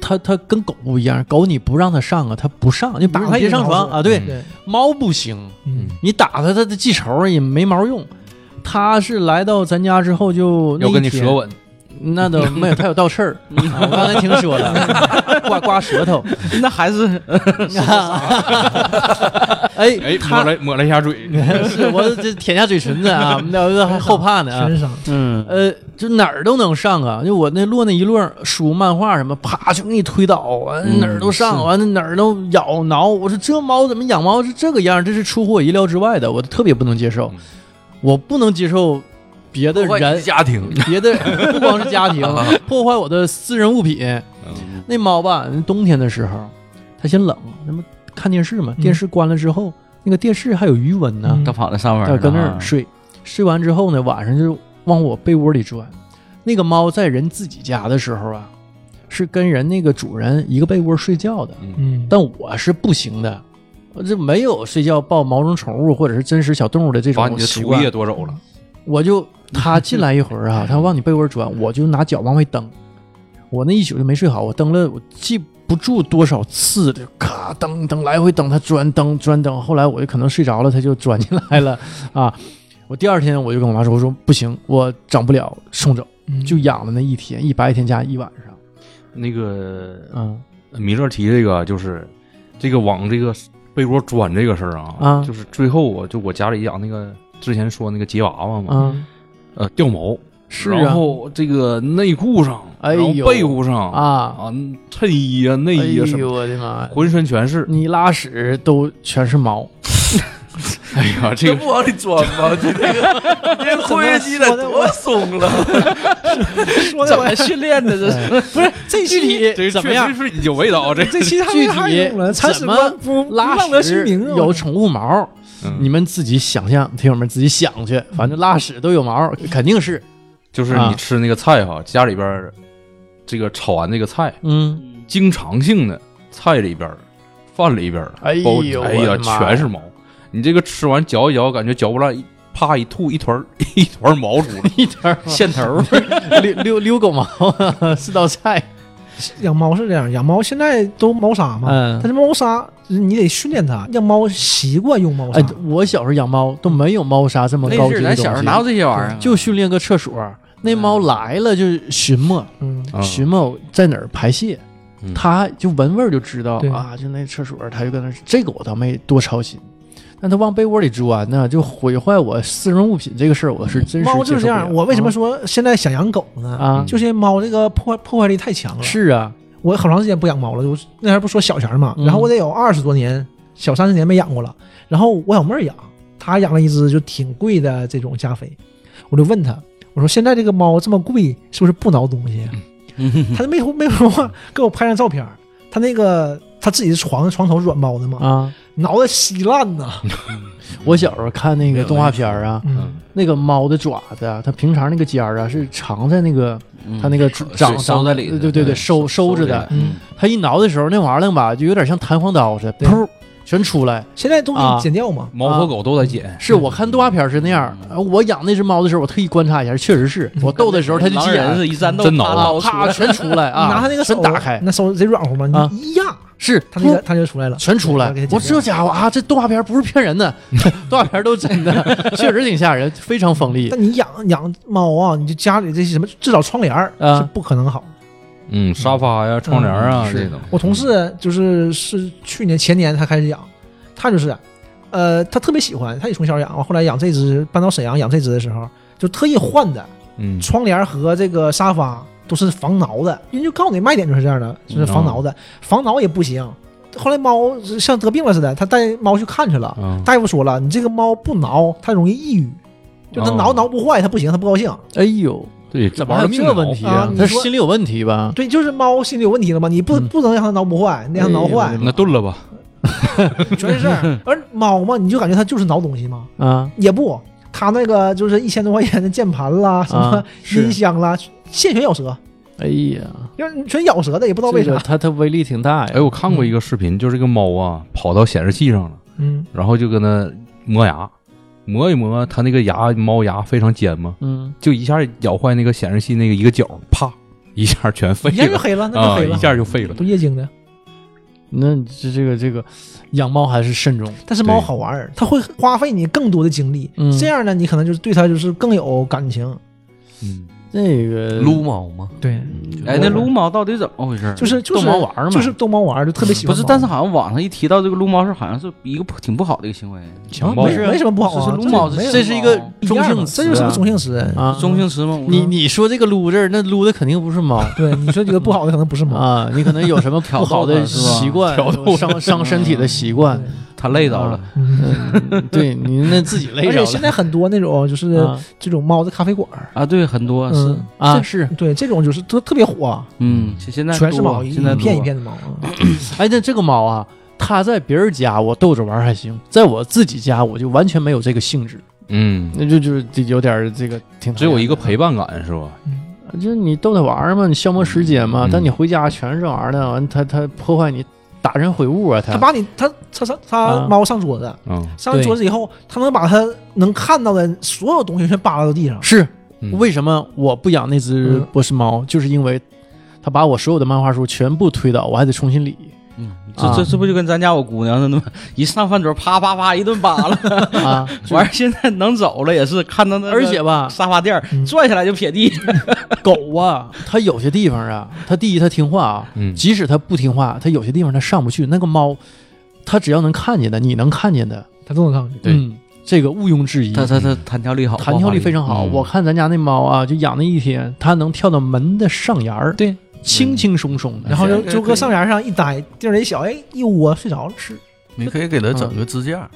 它它跟狗不一样，狗你不让它上啊，它不上，你
打
打
它
它也
一
上
挠嗯
床
是
啊。对，
对，
猫不行，
嗯，
你打它它它记仇啊也没毛用。它是来到咱家之后就那
要
一
跟你
天
舌吻，
那 倒没有，它有倒刺儿，啊我刚才听说 了，刮刮舌头。
那 还是
哎
哎，，抹
他
了抹了一下嘴，
是我这舔下嘴唇子 啊，那我还后怕呢啊。
身上
嗯
呃，就哪儿都能上啊！就我那落那一摞书、漫画什么，啪就给你推倒，完、
嗯
哪儿都上，啊
是
完了哪儿都咬挠。我说这猫怎么养猫是这个样儿？这是出乎我意料之外的，我特别不能接受。
嗯
我不能接受别的
破坏你 的
人、
家庭，
别的不光是 家庭破坏我的私人物品。
嗯
那猫吧，冬天的时候它嫌冷，那么看电视嘛，
嗯
电视关了之后，那个电视还有余温呢。
嗯
他跑到上面啊
它
了，
呃搁那
啊
儿睡，睡完之后呢，晚上就往我被窝里钻。那个猫在人自己家的时候啊，是跟人那个主人一个被窝睡觉的，
嗯，
但我是不行的，我这没有睡觉抱毛绒宠物或者是真实小动物的这
把
种
你的
习
厨
惯
艺，夺走了，
我就它进来一会儿啊，它往你被窝钻，我就拿脚往外蹬，我那一宿就没睡好，我蹬了我记不住多少次的，咔蹬蹬来回蹬，它钻蹬钻蹬，后来我就可能睡着了，它就钻进来了 啊。我第二天我就跟我妈说，我说不行，我整不了，送走，
嗯
就养了那一天，一白天加一晚上，
那个
嗯
米勒提这个就是这个往这个被窝钻这个事儿啊，
啊
就是最后我就我家里养那个之前说那个吉娃娃嘛，
啊，
呃掉毛，
是
然
啊
后这个内裤上，
哎
然
呦
后被褥上
啊，
啊，衬衣呀、内
哎
衣啊呀什么，
呦嗯我的妈呀！
浑身全是。
你拉屎都全是毛，
哎呀，这
这
个
不往里钻吗？你这个，你这括约肌得多松了。
说的
怎
我
么训练的？这是
不是这
哎具
期
体
这
怎么
确
样
实？是有 味道，这
这期他
具
们
体
太用了，铲屎
怎么
官不不
拉
浪得虚
屎
名啊
有宠物毛，
嗯
你们自己想象，听友们自己想去，反正拉屎都有毛，肯定是，
就是
啊
你吃那个菜哈，家里边儿这个炒完这个菜，
嗯，
经常性的菜里边儿、饭里边儿，
哎呦
包
我的
哎呀，
妈
全是毛。你这个吃完嚼一嚼，感觉嚼不烂，一啪一吐，一团儿 一团儿毛出 来，
一点
线头儿。
溜溜溜狗毛 是道菜，
养猫是这样，养猫现在都猫砂嘛，
嗯
但是猫砂你得训练它，让猫习惯用猫砂。
哎，我小时候养猫都没有猫砂这么
类
高级
似
的
咱小时候哪有嗯
东西，
这些玩意儿啊？
就训练个厕所，那猫来了就寻摸，
嗯，
啊
寻摸在哪儿排泄
嗯。
它就闻味儿就知道
对
啊，就那厕所，它就搁那儿。这个我倒没多操心，但它往被窝里钻呢，就毁坏我私人物品这个事儿，我是真是
猫就是这
接受
样。
不了
我为什么说现在想养狗呢？
啊？
就是因为猫这个破坏破坏力太强了。
是啊，
我好长时间不养猫了，我那还不说小前儿嘛，
嗯
然后我得有二十多年小三十年没养过了。然后我小妹儿养，她养了一只就挺贵的这种加菲，我就问她，我说现在这个猫这么贵，是不是不挠东西啊？
嗯
她就没说没说话，给我拍张照片儿。她那个她自己的床床头是软包的嘛，
啊！
挠的稀烂呐。
我小时候看那个动画片儿啊，
嗯，
那个猫的爪子啊，它平常那个尖儿啊是藏在那个
嗯
它那个长
收在里头
对对
对
对，收收着的。它一挠的时候，那玩意儿吧，就有点像弹簧刀似的，
对
噗，全出来。
现在东
啊
西剪掉嘛，
猫和狗都 在捡，
是我看动画片是那样，呃我养那只猫的时候，我特意观察一下，确实是我逗的时候它就急
狼
眼
人是一战斗，
真挠
啊，
挠
啪全出来啊，
你拿她那个手
真打开，
那手贼软乎嘛，
啊
你一压，
是
它那个
噗
它就出来了，
全出来
对它给它剪。掉
我这家伙啊，这动画片不是骗人的， 动画片都真的，确实挺吓人，非常锋利。
但你养养猫啊，你就家里这些什么，至少窗帘儿
啊
是不可能好。
嗯，沙发呀、窗帘啊
嗯是
这种。
我同事
嗯
就是是去年前年他开始养，他就是，呃，他特别喜欢，他也从小养，后来养这只搬到沈阳养这只的时候，就特意换的
嗯，
窗帘和这个沙发都是防挠的，人就告诉你卖点就是这样的，就是防挠的，
嗯
防挠也不行。后来猫像得病了似的，他带猫去看去了，
嗯，
大夫说了，你这个猫不挠，它容易抑郁，就它挠
哦
挠不坏，它不行，它不高兴。
哎呦，
对，
怎么
玩
还
了
有
命
这问题
啊你
它
说
心里有问题吧？
对，就是猫心里有问题了嘛，你不
嗯
不能让它挠不坏，你让它挠
哎
坏
呦
那炖了吧？
全是事儿。而猫嘛，你就感觉它就是挠东西嘛，
啊，
也不，它那个就是一千多块钱的键盘啦，什么
啊是
音箱啦，现全咬舌，
哎呀，
就是全咬舌的，也不知道为
这
啥
个。它它威力挺大呀。嗯
哎，我看过一个视频，就是这个猫啊跑到显示器上了，
嗯，
然后就搁那磨牙，磨一磨，它那个牙猫牙非常尖嘛，
嗯，
就一下咬坏那个显示器那个一个角，啪， 一下全废
一下就
了
黑了，那就
啊，
黑
一
了，
下就废了。
都液晶的。
那这这个这个养猫还是慎重。
但是猫
对
好玩儿，它会花费你更多的精力
嗯，
这样呢，你可能就是对它就是更有感情。
嗯，
那个
撸猫嘛，
对，
哎，那撸猫到底怎么回事？
就是就
嗯
是
逗猫玩儿嘛嗯
就是逗猫玩儿，就特别喜
不
欢猫。
是？但是好像网上一提到这个撸猫是，好像是一个不挺不好的一个行为，
强
啊
暴
没没什么不好啊，
这是撸猫
这没有
这是一个中
一样
性
的
词
这
啊，
就是个中性词。
啊，
中性词吗？我
你你说这个撸字儿，那撸的肯定不是猫
对，你说这个不好的可能不是猫。
啊，你可能有什么不好的
挑逗的是吧
习惯，伤伤身体的习惯，
他累着了，
啊。
嗯
嗯对你那自己累
而
着
且 现在
了
很多那种就是
啊
这种猫的咖啡馆儿，
啊？对，很多是
嗯
啊是。
对，这种就是都特别火，
嗯，现现在
全是
多
猫，一
现在
片一
多
片的猫。啊
哎，那这个猫啊，它在别人家我逗着玩儿还行，在我自己家我就完全没有这个兴致，
嗯，
那就就就有点儿这个挺讨厌的。
只有一个陪伴感是吧？
就是你逗它玩儿嘛，你消磨时间嘛。
嗯
但你回家全是这玩意儿的，完它它破坏你，打人毁物啊！它
它把你它它它
啊
它猫上桌子，
嗯，
上完桌子以后，它能把它能看到的所有东西全扒拉到地上。
是
嗯
为什么我不养那只
嗯
波斯猫，就是因为它把我所有的漫画书全部推倒，我还得重新理。
嗯，
啊
这这这不就跟咱家我姑娘似的吗？一上饭桌，啪啪啪一顿扒拉，
啊，就
完事儿现在能走了也是看到那个
而且吧，
啊沙发垫儿
嗯
拽下来就撇地，
狗啊，它有些地方啊，它第一它听话啊，
嗯
即使它不听话，它有些地方它上不去。那个猫，它只要能看见的，你能看见的，
它都能上去。
对
嗯，这个毋庸置疑。
它它它弹跳力好，
弹跳力非常好，
嗯
我看咱家那猫啊，就养那一天，它能跳到门的上沿儿，
对，
轻轻松松的。
然后就
对
就搁上沿上一待，地儿也小，哎，一窝睡着了。是，
你可以给它整个支架。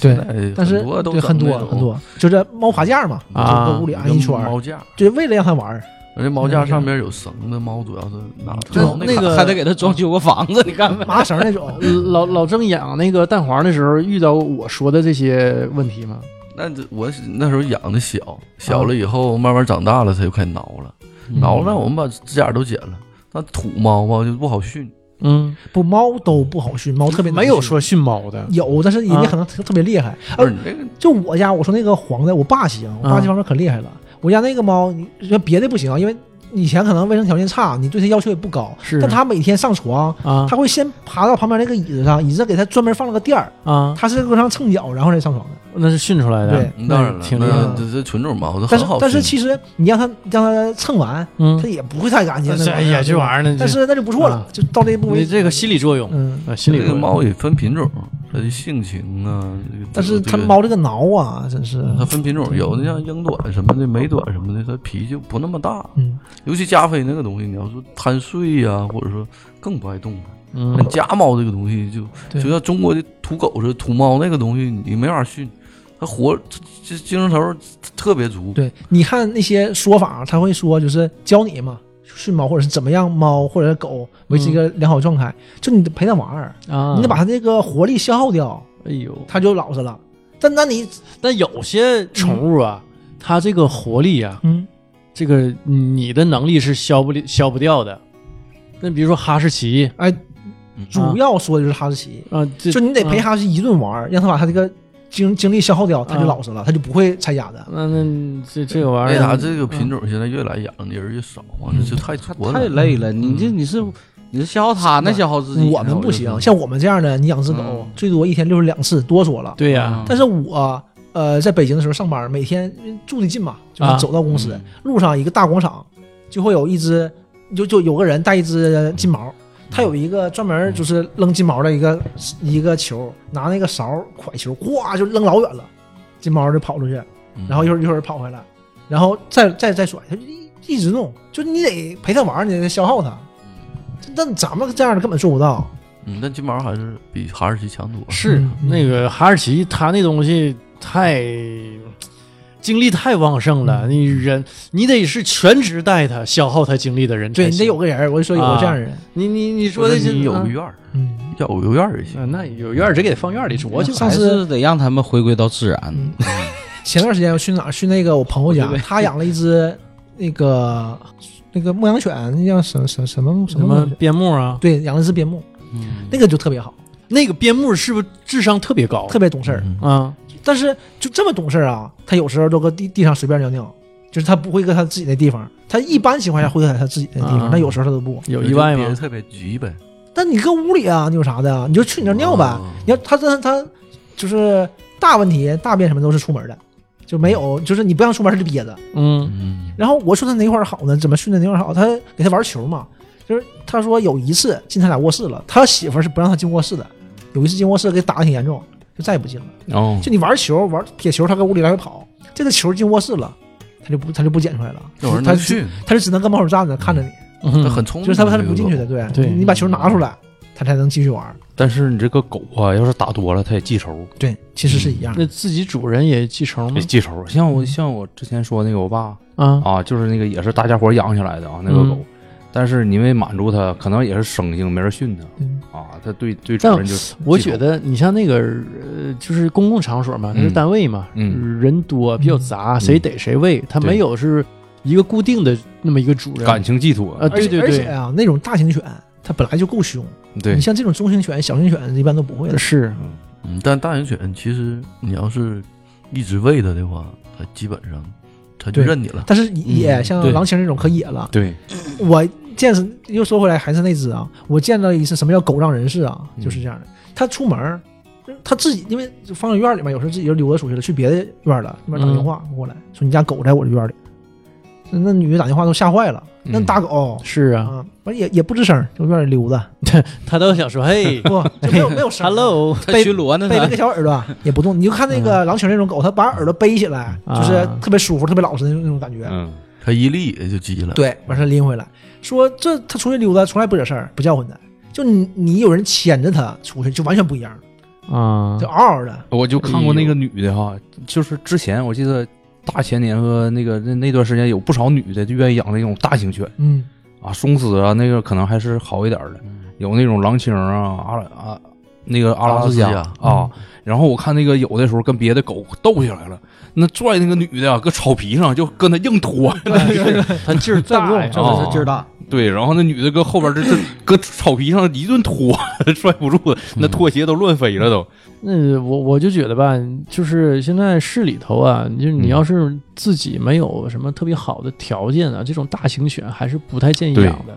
对
现在
但是
很多都
对很
整
多
那种
很多，就是猫爬架嘛，
哦啊
就搁屋里
一个
安一圈儿，
猫架，
就为了让它 玩儿。
而且猫架
嗯
上面有绳子，猫主要是拿
对
挠
那个
还得给它装修个房子，你看呗。
麻绳儿那种，
老老郑养那个蛋黄的时候，遇到我说的这些问题吗？
那这我那时候养的小，小
嗯
了以后慢慢长大了，它就开始挠了，
嗯
挠了我们把指甲都剪了。那土猫嘛就不好训，
嗯，
不，猫都不好训，猫特别难
没有
训
说训猫的，
有，但是人
啊
家可能特特别厉害。
不
呃
是，你这个
就我家，我说那个黄的，我爸行，我爸
啊
这方面可厉害了。我家那个猫，你说别的不行，因为以前可能卫生条件差，你对它要求也不高。
是
但它每天上床，
啊
它会先爬到旁边那个椅子上，椅子给它专门放了个垫儿，
啊，
它是搁上蹭脚，然后再上床的。
那是训出来的。
对，
当然了，
挺厉害
那
嗯的
这这纯种猫，这
但是
很好训。
但是其实你让它让它蹭完，
嗯
它，也不会太干净。
但是
那
哎呀，这玩意
儿，
儿呢，
但是那就不错了
啊，
就到这一步为
你
止。
这个心理作用
嗯，
啊，心理
这
作用
个猫也分品种，它的性情啊，这个
但是
这
它
个
猫这个挠啊，真是，
嗯
它分品种，有的像英短什么的、美短什么的，它脾气不那么大。
嗯，
尤其加菲那个东西，你要说贪睡呀、或者说更不爱动弹。
嗯
但家猫这个东西就
对
就像中国的土狗似的，土猫那个东西你没法训，它活这精神头儿特别足。
对，你看那些说法，他会说就是教你嘛，训猫或者是怎么样猫或者是狗维持一个良好状态，就你得陪它玩儿，
嗯啊，
你得把它那个活力消耗掉，
哎呦，
它就老实了。但那你
但有些宠物啊，它这个活力啊，
嗯，
这个你的能力是消不了消不掉的。那比如说哈士奇
哎，
嗯
主要说的就是哈士奇，
啊，这
就你得陪
啊
哈士奇一顿玩儿，让它把它这个精精力消耗掉，它就
啊
老实了，它就不会拆家的。
那那这这个玩
为
意
啥
儿，
这个品种现在越来养的人越少啊？这太多了，
太累了，你这你是你是消耗它，那消耗自己呢，
我们不
就
行，
说
像我们这样的，你养只狗
嗯
最多一天六十两次，多说了。
对呀、
嗯
但是我呃在北京的时候上班，每天呃住的近嘛，就是
啊
走到公司、
嗯
路上一个大广场，就会有一只，就就有个人带一只金
嗯
毛，他有一个专门就是扔金毛的一个一个球，拿那个勺蒯球，呱就扔老远了，金毛就跑出去，
嗯
然后一会儿一会儿跑回来，然后再再再甩，他就一一直弄，就你得陪他玩儿，你得消耗他。
嗯
但咱们这样的根本做不到，
嗯，但金毛还是比哈士奇强多。
是
嗯
那个哈士奇，它那东西太精力太旺盛
嗯
了，你人你得是全职带它，消耗它精力的人才
对
行。
你得有个人儿，我就说有个这样的人，
你你你
不
说
是
的是
你有
啊
个院儿，
嗯。
要有个院儿也行。
啊，那有院儿直接给放院儿里捉去吧。
上
还
次
是得让他们回归到自然。
嗯前段时间我去哪儿？去那个我朋友家，他养了一只那个那个牧羊犬，那叫什什什么什
什么
么？
边牧啊？
对，养了一只边牧，
嗯
那个就特别好，
那个边牧是不是智商特别高？
特别懂事儿。
嗯
啊，
但是就这么懂事儿啊，他有时候都搁地地上随便尿尿，就是他不会搁他自己的地方，他一般情况下会在他自己的地
啊
方，但有时候他都不。
有意外
别人
吗？
特别急呗，
但你搁屋里啊，你有啥的啊？你就去你那儿尿呗。
嗯
你要他真他就是大问题，大便什么都是出门的，就没有就是你不让出门他就憋着。
嗯
嗯，
然后我说他哪块儿好呢？怎么训的哪块儿好？他给他玩球嘛，就是他说有一次进他俩卧室了，他媳妇儿是不让他进卧室的，有一次进卧室给打的挺严重，就再也不进了。
哦，
就你玩球玩铁球，他搁屋里来回跑，这个球进卧室了，他就不他就不捡出来了，
那玩意儿
他
能
就
训，
他就只能跟门口站着看着你，
他
嗯，
很聪
就
明，
是他他是
这个
不进去
狗
的，对
对
你把球拿出来，他才能继续玩。
但是你这个狗啊，要是打多了，它也记仇，
对，其实是一样的
那。自己主人也记仇吗
也？记仇。像我像我之前说那个我爸
啊，
啊，就是那个也是大家伙儿养起来的啊，那个
嗯
狗。但是你为满足它，可能也是生性，没人训
嗯
它啊，它对对主
但
人就
我
记仇
觉得你像那个呃，就是公共场所嘛，它是
嗯
单位嘛，
嗯
人多比较杂，谁逮谁喂，它
对
没有是一个固定的那么一个主人。
感情寄托
啊
而且
对对
而
对
且啊，那种大型犬它本来就够凶，
对
你，像这种中型犬、小型犬一般都不会的。
呃是
嗯，但大型犬其实你要是一直喂它的话，它基本上它就
对
认你了。
但是
嗯
野像
对
狼青这种可野了，
对，
我见识又说回来，还是那只啊，我见到一次什么叫狗仗人势啊，
嗯
就是这样的。他出门儿，他自己因为放在院里面，有时候自己就溜达出去了，去别的院儿了，那边打
嗯
电话过来说你家狗在我这院里，那女的打电话都吓坏了，那
嗯
大狗
是啊，
啊，完也也不吱声儿，就院里溜达，
嗯他都想说嘿
不就没有没 有声儿。啊
，hello，
它
被
巡逻呢，
背了
它
个小耳朵也不动，你就看那
嗯
个狼群那种狗，它把耳朵背起来，
啊
就是特别舒服、特别老实那种那种感觉。
嗯，
它一立也就急了。，
对，完事儿拎回来，说这他出去溜达从来不惹事儿，不叫唤他。就你你有人牵着他出去，就完全不一样，
嗯
啊
就，嗷嗷的。
我就看过那个女的哈，就是之前我记得大前年和那个那那段时间有不少女的就愿意养那种大型犬
嗯，
啊，松狮啊，那个可能还是好一点儿的，有那种狼青啊，阿拉啊那个阿拉斯
阿
加
拉斯
啊，然后我看那个有的时候跟别的狗斗起来了，那拽那个女的啊，搁草皮上就跟她硬拖，
他劲儿
转不
大
动，
呀
这个
哦
是劲儿大。
对，然后那女的搁后边这这搁草皮上一顿拖， 拽不住，那拖鞋都乱飞了都，
那我我就觉得吧，就是现在市里头啊，你就你要是自己没有什么特别好的条件啊，这种大型犬还是不太建议
对
养的。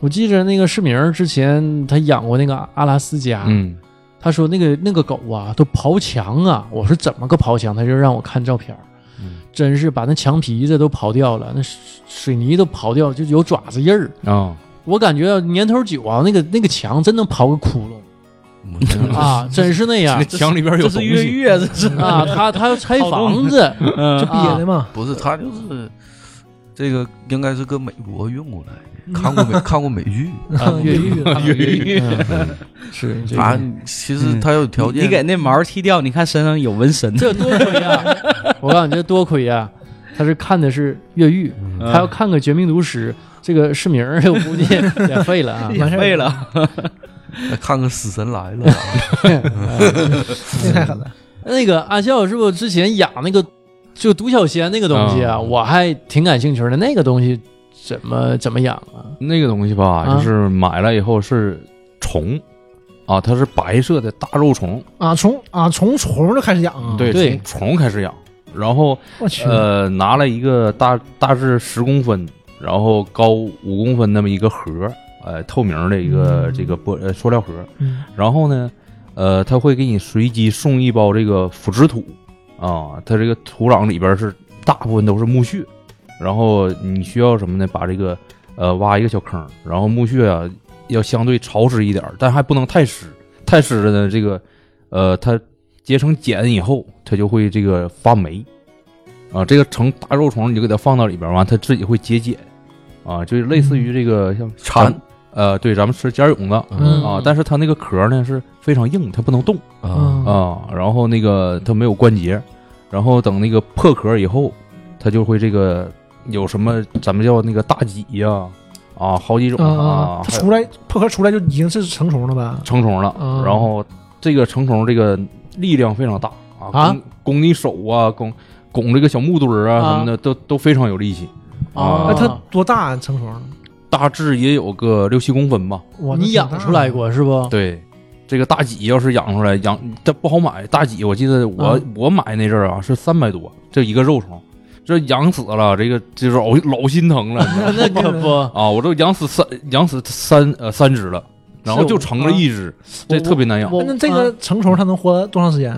我记着那个市明儿之前他养过那个阿拉斯加，
嗯
他说那个那个狗啊都刨墙啊，我说怎么个刨墙？他就让我看照片儿，
嗯
真是把那墙皮子都刨掉了，那水水泥都刨掉，就有爪子印儿。
啊，
我感觉年头久啊，那个那个墙真能刨个窟窿
我觉得
啊，真是那样
那。墙里边有
这
东
是越
西。
狱啊，这是
啊，他他要拆
好动
房子，啊
嗯
憋的嘛，！
不是它就是这个应该是搁美国运过来，看过美看过美剧，
啊越狱，啊
越狱
嗯 是这
反
个。
正其实他有条件，
你给那毛剃掉，你看身上有纹身，
这多亏呀！我告诉你，这多亏呀！他是看的是越狱，他要看个《绝命毒师》，这个市名儿我估计 也废了啊
完事儿
废了。
看个死神来了，
这太狠了。
那个阿笑是不是之前养那个就独角仙那个东西啊？
嗯
我还挺感兴趣的，那个东西怎么怎么养啊？
那个东西吧，
啊
就是买来以后是虫，啊，它是白色的大肉虫，
啊，从啊从虫就开始养啊，
嗯对，
对
从虫开始养，然后
我去，
呃拿了一个大大致十公分，然后高五公分那么一个盒儿，呃，透明的一个、
嗯
这个玻呃塑料盒儿，
嗯
然后呢，呃，他会给你随机送一包这个腐殖土啊，它这个土壤里边是大部分都是墓穴，然后你需要什么呢？把这个呃挖一个小坑，然后墓穴啊要相对潮湿一点儿，但还不能太湿，太湿了呢，这个呃它结成茧以后，它就会这个发霉啊，这个成大肉虫你就给它放到里边儿，完它自己会结茧啊，就是类似于这个像
馋
呃，对，咱们吃尖儿蛹子。
嗯
啊，但是它那个壳呢是非常硬，它不能动
啊，
嗯
啊。然后那个它没有关节，然后等那个破壳以后，它就会这个有什么咱们叫那个大戟呀、啊，好几种
啊，它
还有
出来破壳出来就已经是成虫了呗，
成虫了。
嗯
然后这个成虫这个力量非常大啊，
啊
拱拱你手啊，拱拱这个小木墩儿啊
啊
什么的，都都非常有力气。
那
啊
它哎多大成虫？
大致也有个六七公分吧。
我
你养出来？过是不？
对，这个大戟要是养出来，养它不好买。大戟我记得我、
嗯
我买那阵儿啊是三百多，这一个肉虫，这养死了，这个这老老心疼了
那可不，
啊！我都养死三养死三呃三只了，然后
是
就
我
成了一只， 这
我
特别难养。
我
那这 个成虫它能活多长时间？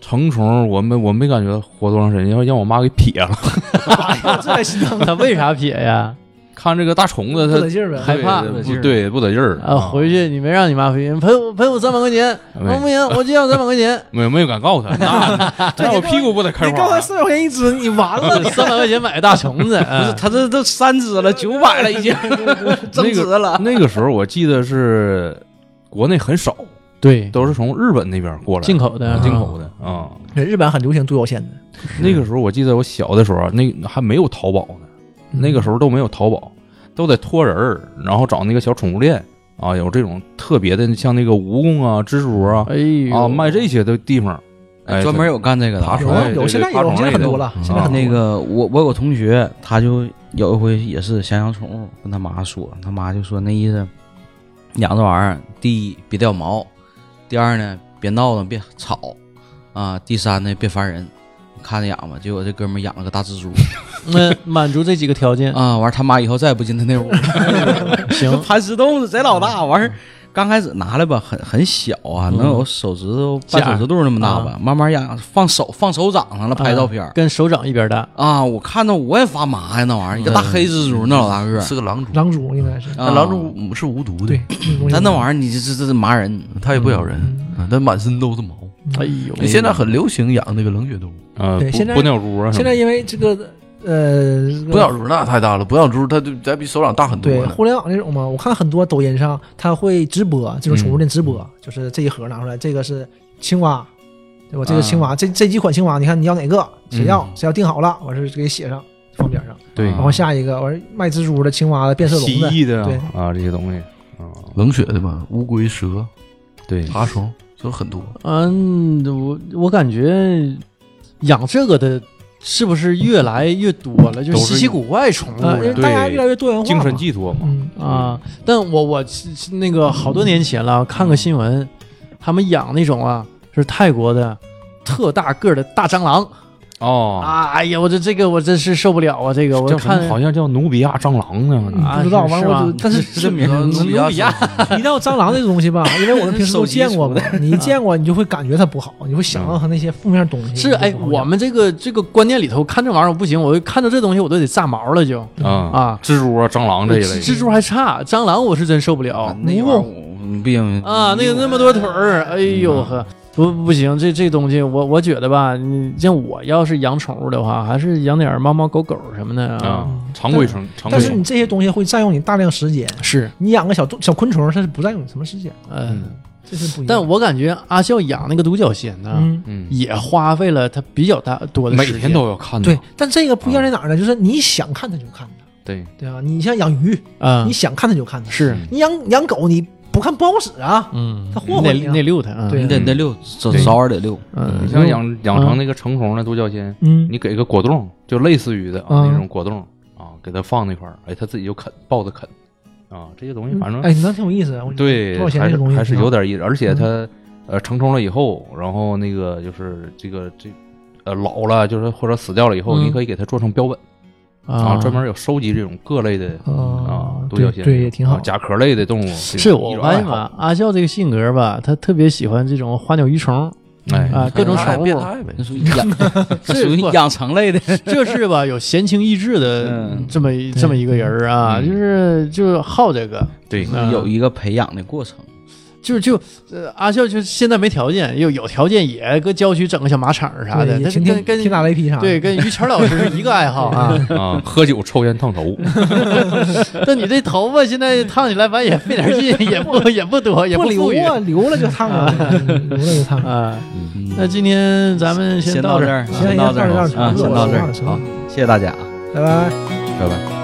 成虫我没我没感觉活多长时间，要让我妈给撇了。
这还心疼，
他为啥撇呀？
看这个大虫
不
子它
得。劲儿呗。
害怕
对
不得劲
不
儿
对，哦不得劲儿
啊，回去你没让你妈回去，赔我赔我三百块钱，
没
我不行，我就要三百块 钱，
没有没有敢告诉 他，那那我屁股不得开
你刚才
花？
四百块钱一只，你完了，你
三百块钱买个大虫子，啊
他这都三只了，九百了已经， 增值了。
啊那个时候我记得是国内很少，
对，嗯
都是从日本那边过来的
进口的，
啊进口的啊、
日本很流行独角仙的，
那个时候我记得我小的时候啊，那还没有淘宝呢，那个时候都没有淘宝，都得托人儿，然后找那个小宠物店啊，有这种特别的，像那个蜈蚣啊、蜘蛛啊
哎呦
啊，卖这些的地方，哎，
专门有干这个的，
爬虫
有
类
啊
对
有，
对
现在
爬
有，
虫
现在
类
很
的
多了，现在
啊
很多
那个我我有个同学，他就有一回也是想养宠物，跟他妈说，他妈就说那意思，养这玩意儿，第一别掉毛，第二呢别闹腾别吵，啊，第三呢别烦人，看着养吧。结果这哥们儿养了个大蜘蛛
那满足这几个条 件，
啊，完事儿他妈以后再也不进他那屋了。
行，
盘石洞贼老大，完事儿刚开始拿来吧，很很小啊，能有手指头
甲
半手指肚那么大吧，慢慢养，放手放手掌上了拍照片
啊
儿。
跟手掌一边大，
啊，我看到我也发麻呀，那玩意儿一个大黑蜘蛛，那老大个儿，
是个狼蛛，
嗯狼蛛应该是，
啊
但狼蛛是无毒的
对，，嗯
但那玩
意
意儿你这这这这麻人，
它也不咬人，啊但满身都是毛。
嗯
哎呦，
你现在很流行养那个冷血动物，
呃，
对
不
现在
不鸟猪啊什么的，
现在因为这个呃，这个
不咬猪那太大了，不咬猪它就它比手掌大很多
对
了。
互联网这种嘛，我看很多抖音上他会直播这种宠物店直播，就是这一盒拿出来，这个是青蛙，对吧？这个青蛙，这这几款青蛙，你看你要哪个？谁要？谁要定好了，完事儿给写上放边上，
对
然后下一个完事儿卖蜘蛛的、青蛙的、变色
蜥
龙的，
蜴的
对
啊啊这些东西啊，
冷血的嘛，乌龟、蛇、
对，
嗯
爬虫就很多。
嗯，我我感觉养这个的是不是越来越多了？就
都
是
是
稀奇古怪宠物
啊，因为
呀
对
大家越来越多元化
精
嘛
神 寄托嘛，
嗯，
啊！但我我那个好多年前了，看个新闻，他们养那种啊，是泰国的特大个儿的大蟑螂
哦，
啊！哎呀，我这这个我真是受不了啊！这个我
叫什
看
么好像叫努比亚蟑螂呢，
啊
不知道
是
完
是
我
吗
就但是
这名儿
努比亚
努比亚
提到蟑螂这东西吧，因为我们平时都见过嘛，你一见过你就会感觉它不好，你会想到它那些负面东西。
嗯是哎，
你就不好
我们这个这个观念里头看这玩意儿我不行，我就看到这东西我都得炸毛了就
啊，
啊！
蜘蛛啊、蟑螂这一类的，
蜘蛛还差，蟑螂我是真受不了。
哦那玩意儿我不行
啊
嗯
啊，那个那么多腿儿，哎呦呵，不不行，这这东西我我觉得吧，你像我要是养宠物的话，还是养点猫猫狗狗什么的啊。
啊，常规程常规
但是
程
你这些东西会占用你大量时间，
是，
你养个小动小昆虫，它是不占用你什么时间，
嗯，
这是不一样。
但我感啊觉阿笑养那个独角仙呢，
嗯，
嗯，
也花费了他比较大多的
每
时间，
天都要看的
对，但这个不一样在哪儿呢？就是你想看它就看它，
对，
对吧？你像养鱼，
啊、
你想看它就看它，
是，
你养养狗你不看不好使啊，
嗯，
它霍霍
得
你啊
得遛它啊，
对
你得得遛，早早晚得遛。
嗯，
你像养养成那个成虫的独角仙，
嗯，
你给个果冻，就类似于的啊
嗯
那种果冻啊，给它放那块儿，哎，它自己就啃，抱着啃啊，这些东西反正
哎，那挺有意思啊，我觉得
对
多少，钱
还
这
是
个东西嗯
还是
挺好
有点意思，而且它呃成虫了以后，然后那个就是这个这呃老了，就是或者死掉了以后，
嗯
你可以给它做成标本啊，专门有收集这种各类的啊
啊，
独角
对
仙，
对也挺
啊
好，
甲壳类的动物
是我发现，
这
吧，阿笑这个性格吧，他特别喜欢这种花鸟鱼虫
一种爱好哎，
啊，各种
变态
宠
变
物，
态呗
那。属于 养，那属于
不
养成类的。
这是吧？有闲情逸致的
嗯
这么一这么一个人儿啊，
嗯
就是就是好这个，
对，
嗯
有一个培养的过程，
就就呃，阿笑就现在没条件，有有条件也搁郊区整个小马场啥的，他
对也
跟
听听
跟
听打雷劈啥的，
对跟于谦老师是一个爱好 啊。
啊，喝酒、抽烟、烫头，
但你这头发现在烫起来，反正也费点劲，也不也不多，也
不
富裕
留啊，留了 就烫了，留了就烫了。
啊。
嗯
那今天咱们
先
到
到
这
这儿，
啊
行
到这儿
先到这儿
啊，先
饿了饿
到这
了
儿，好，谢谢大家啊，
拜拜。
拜拜。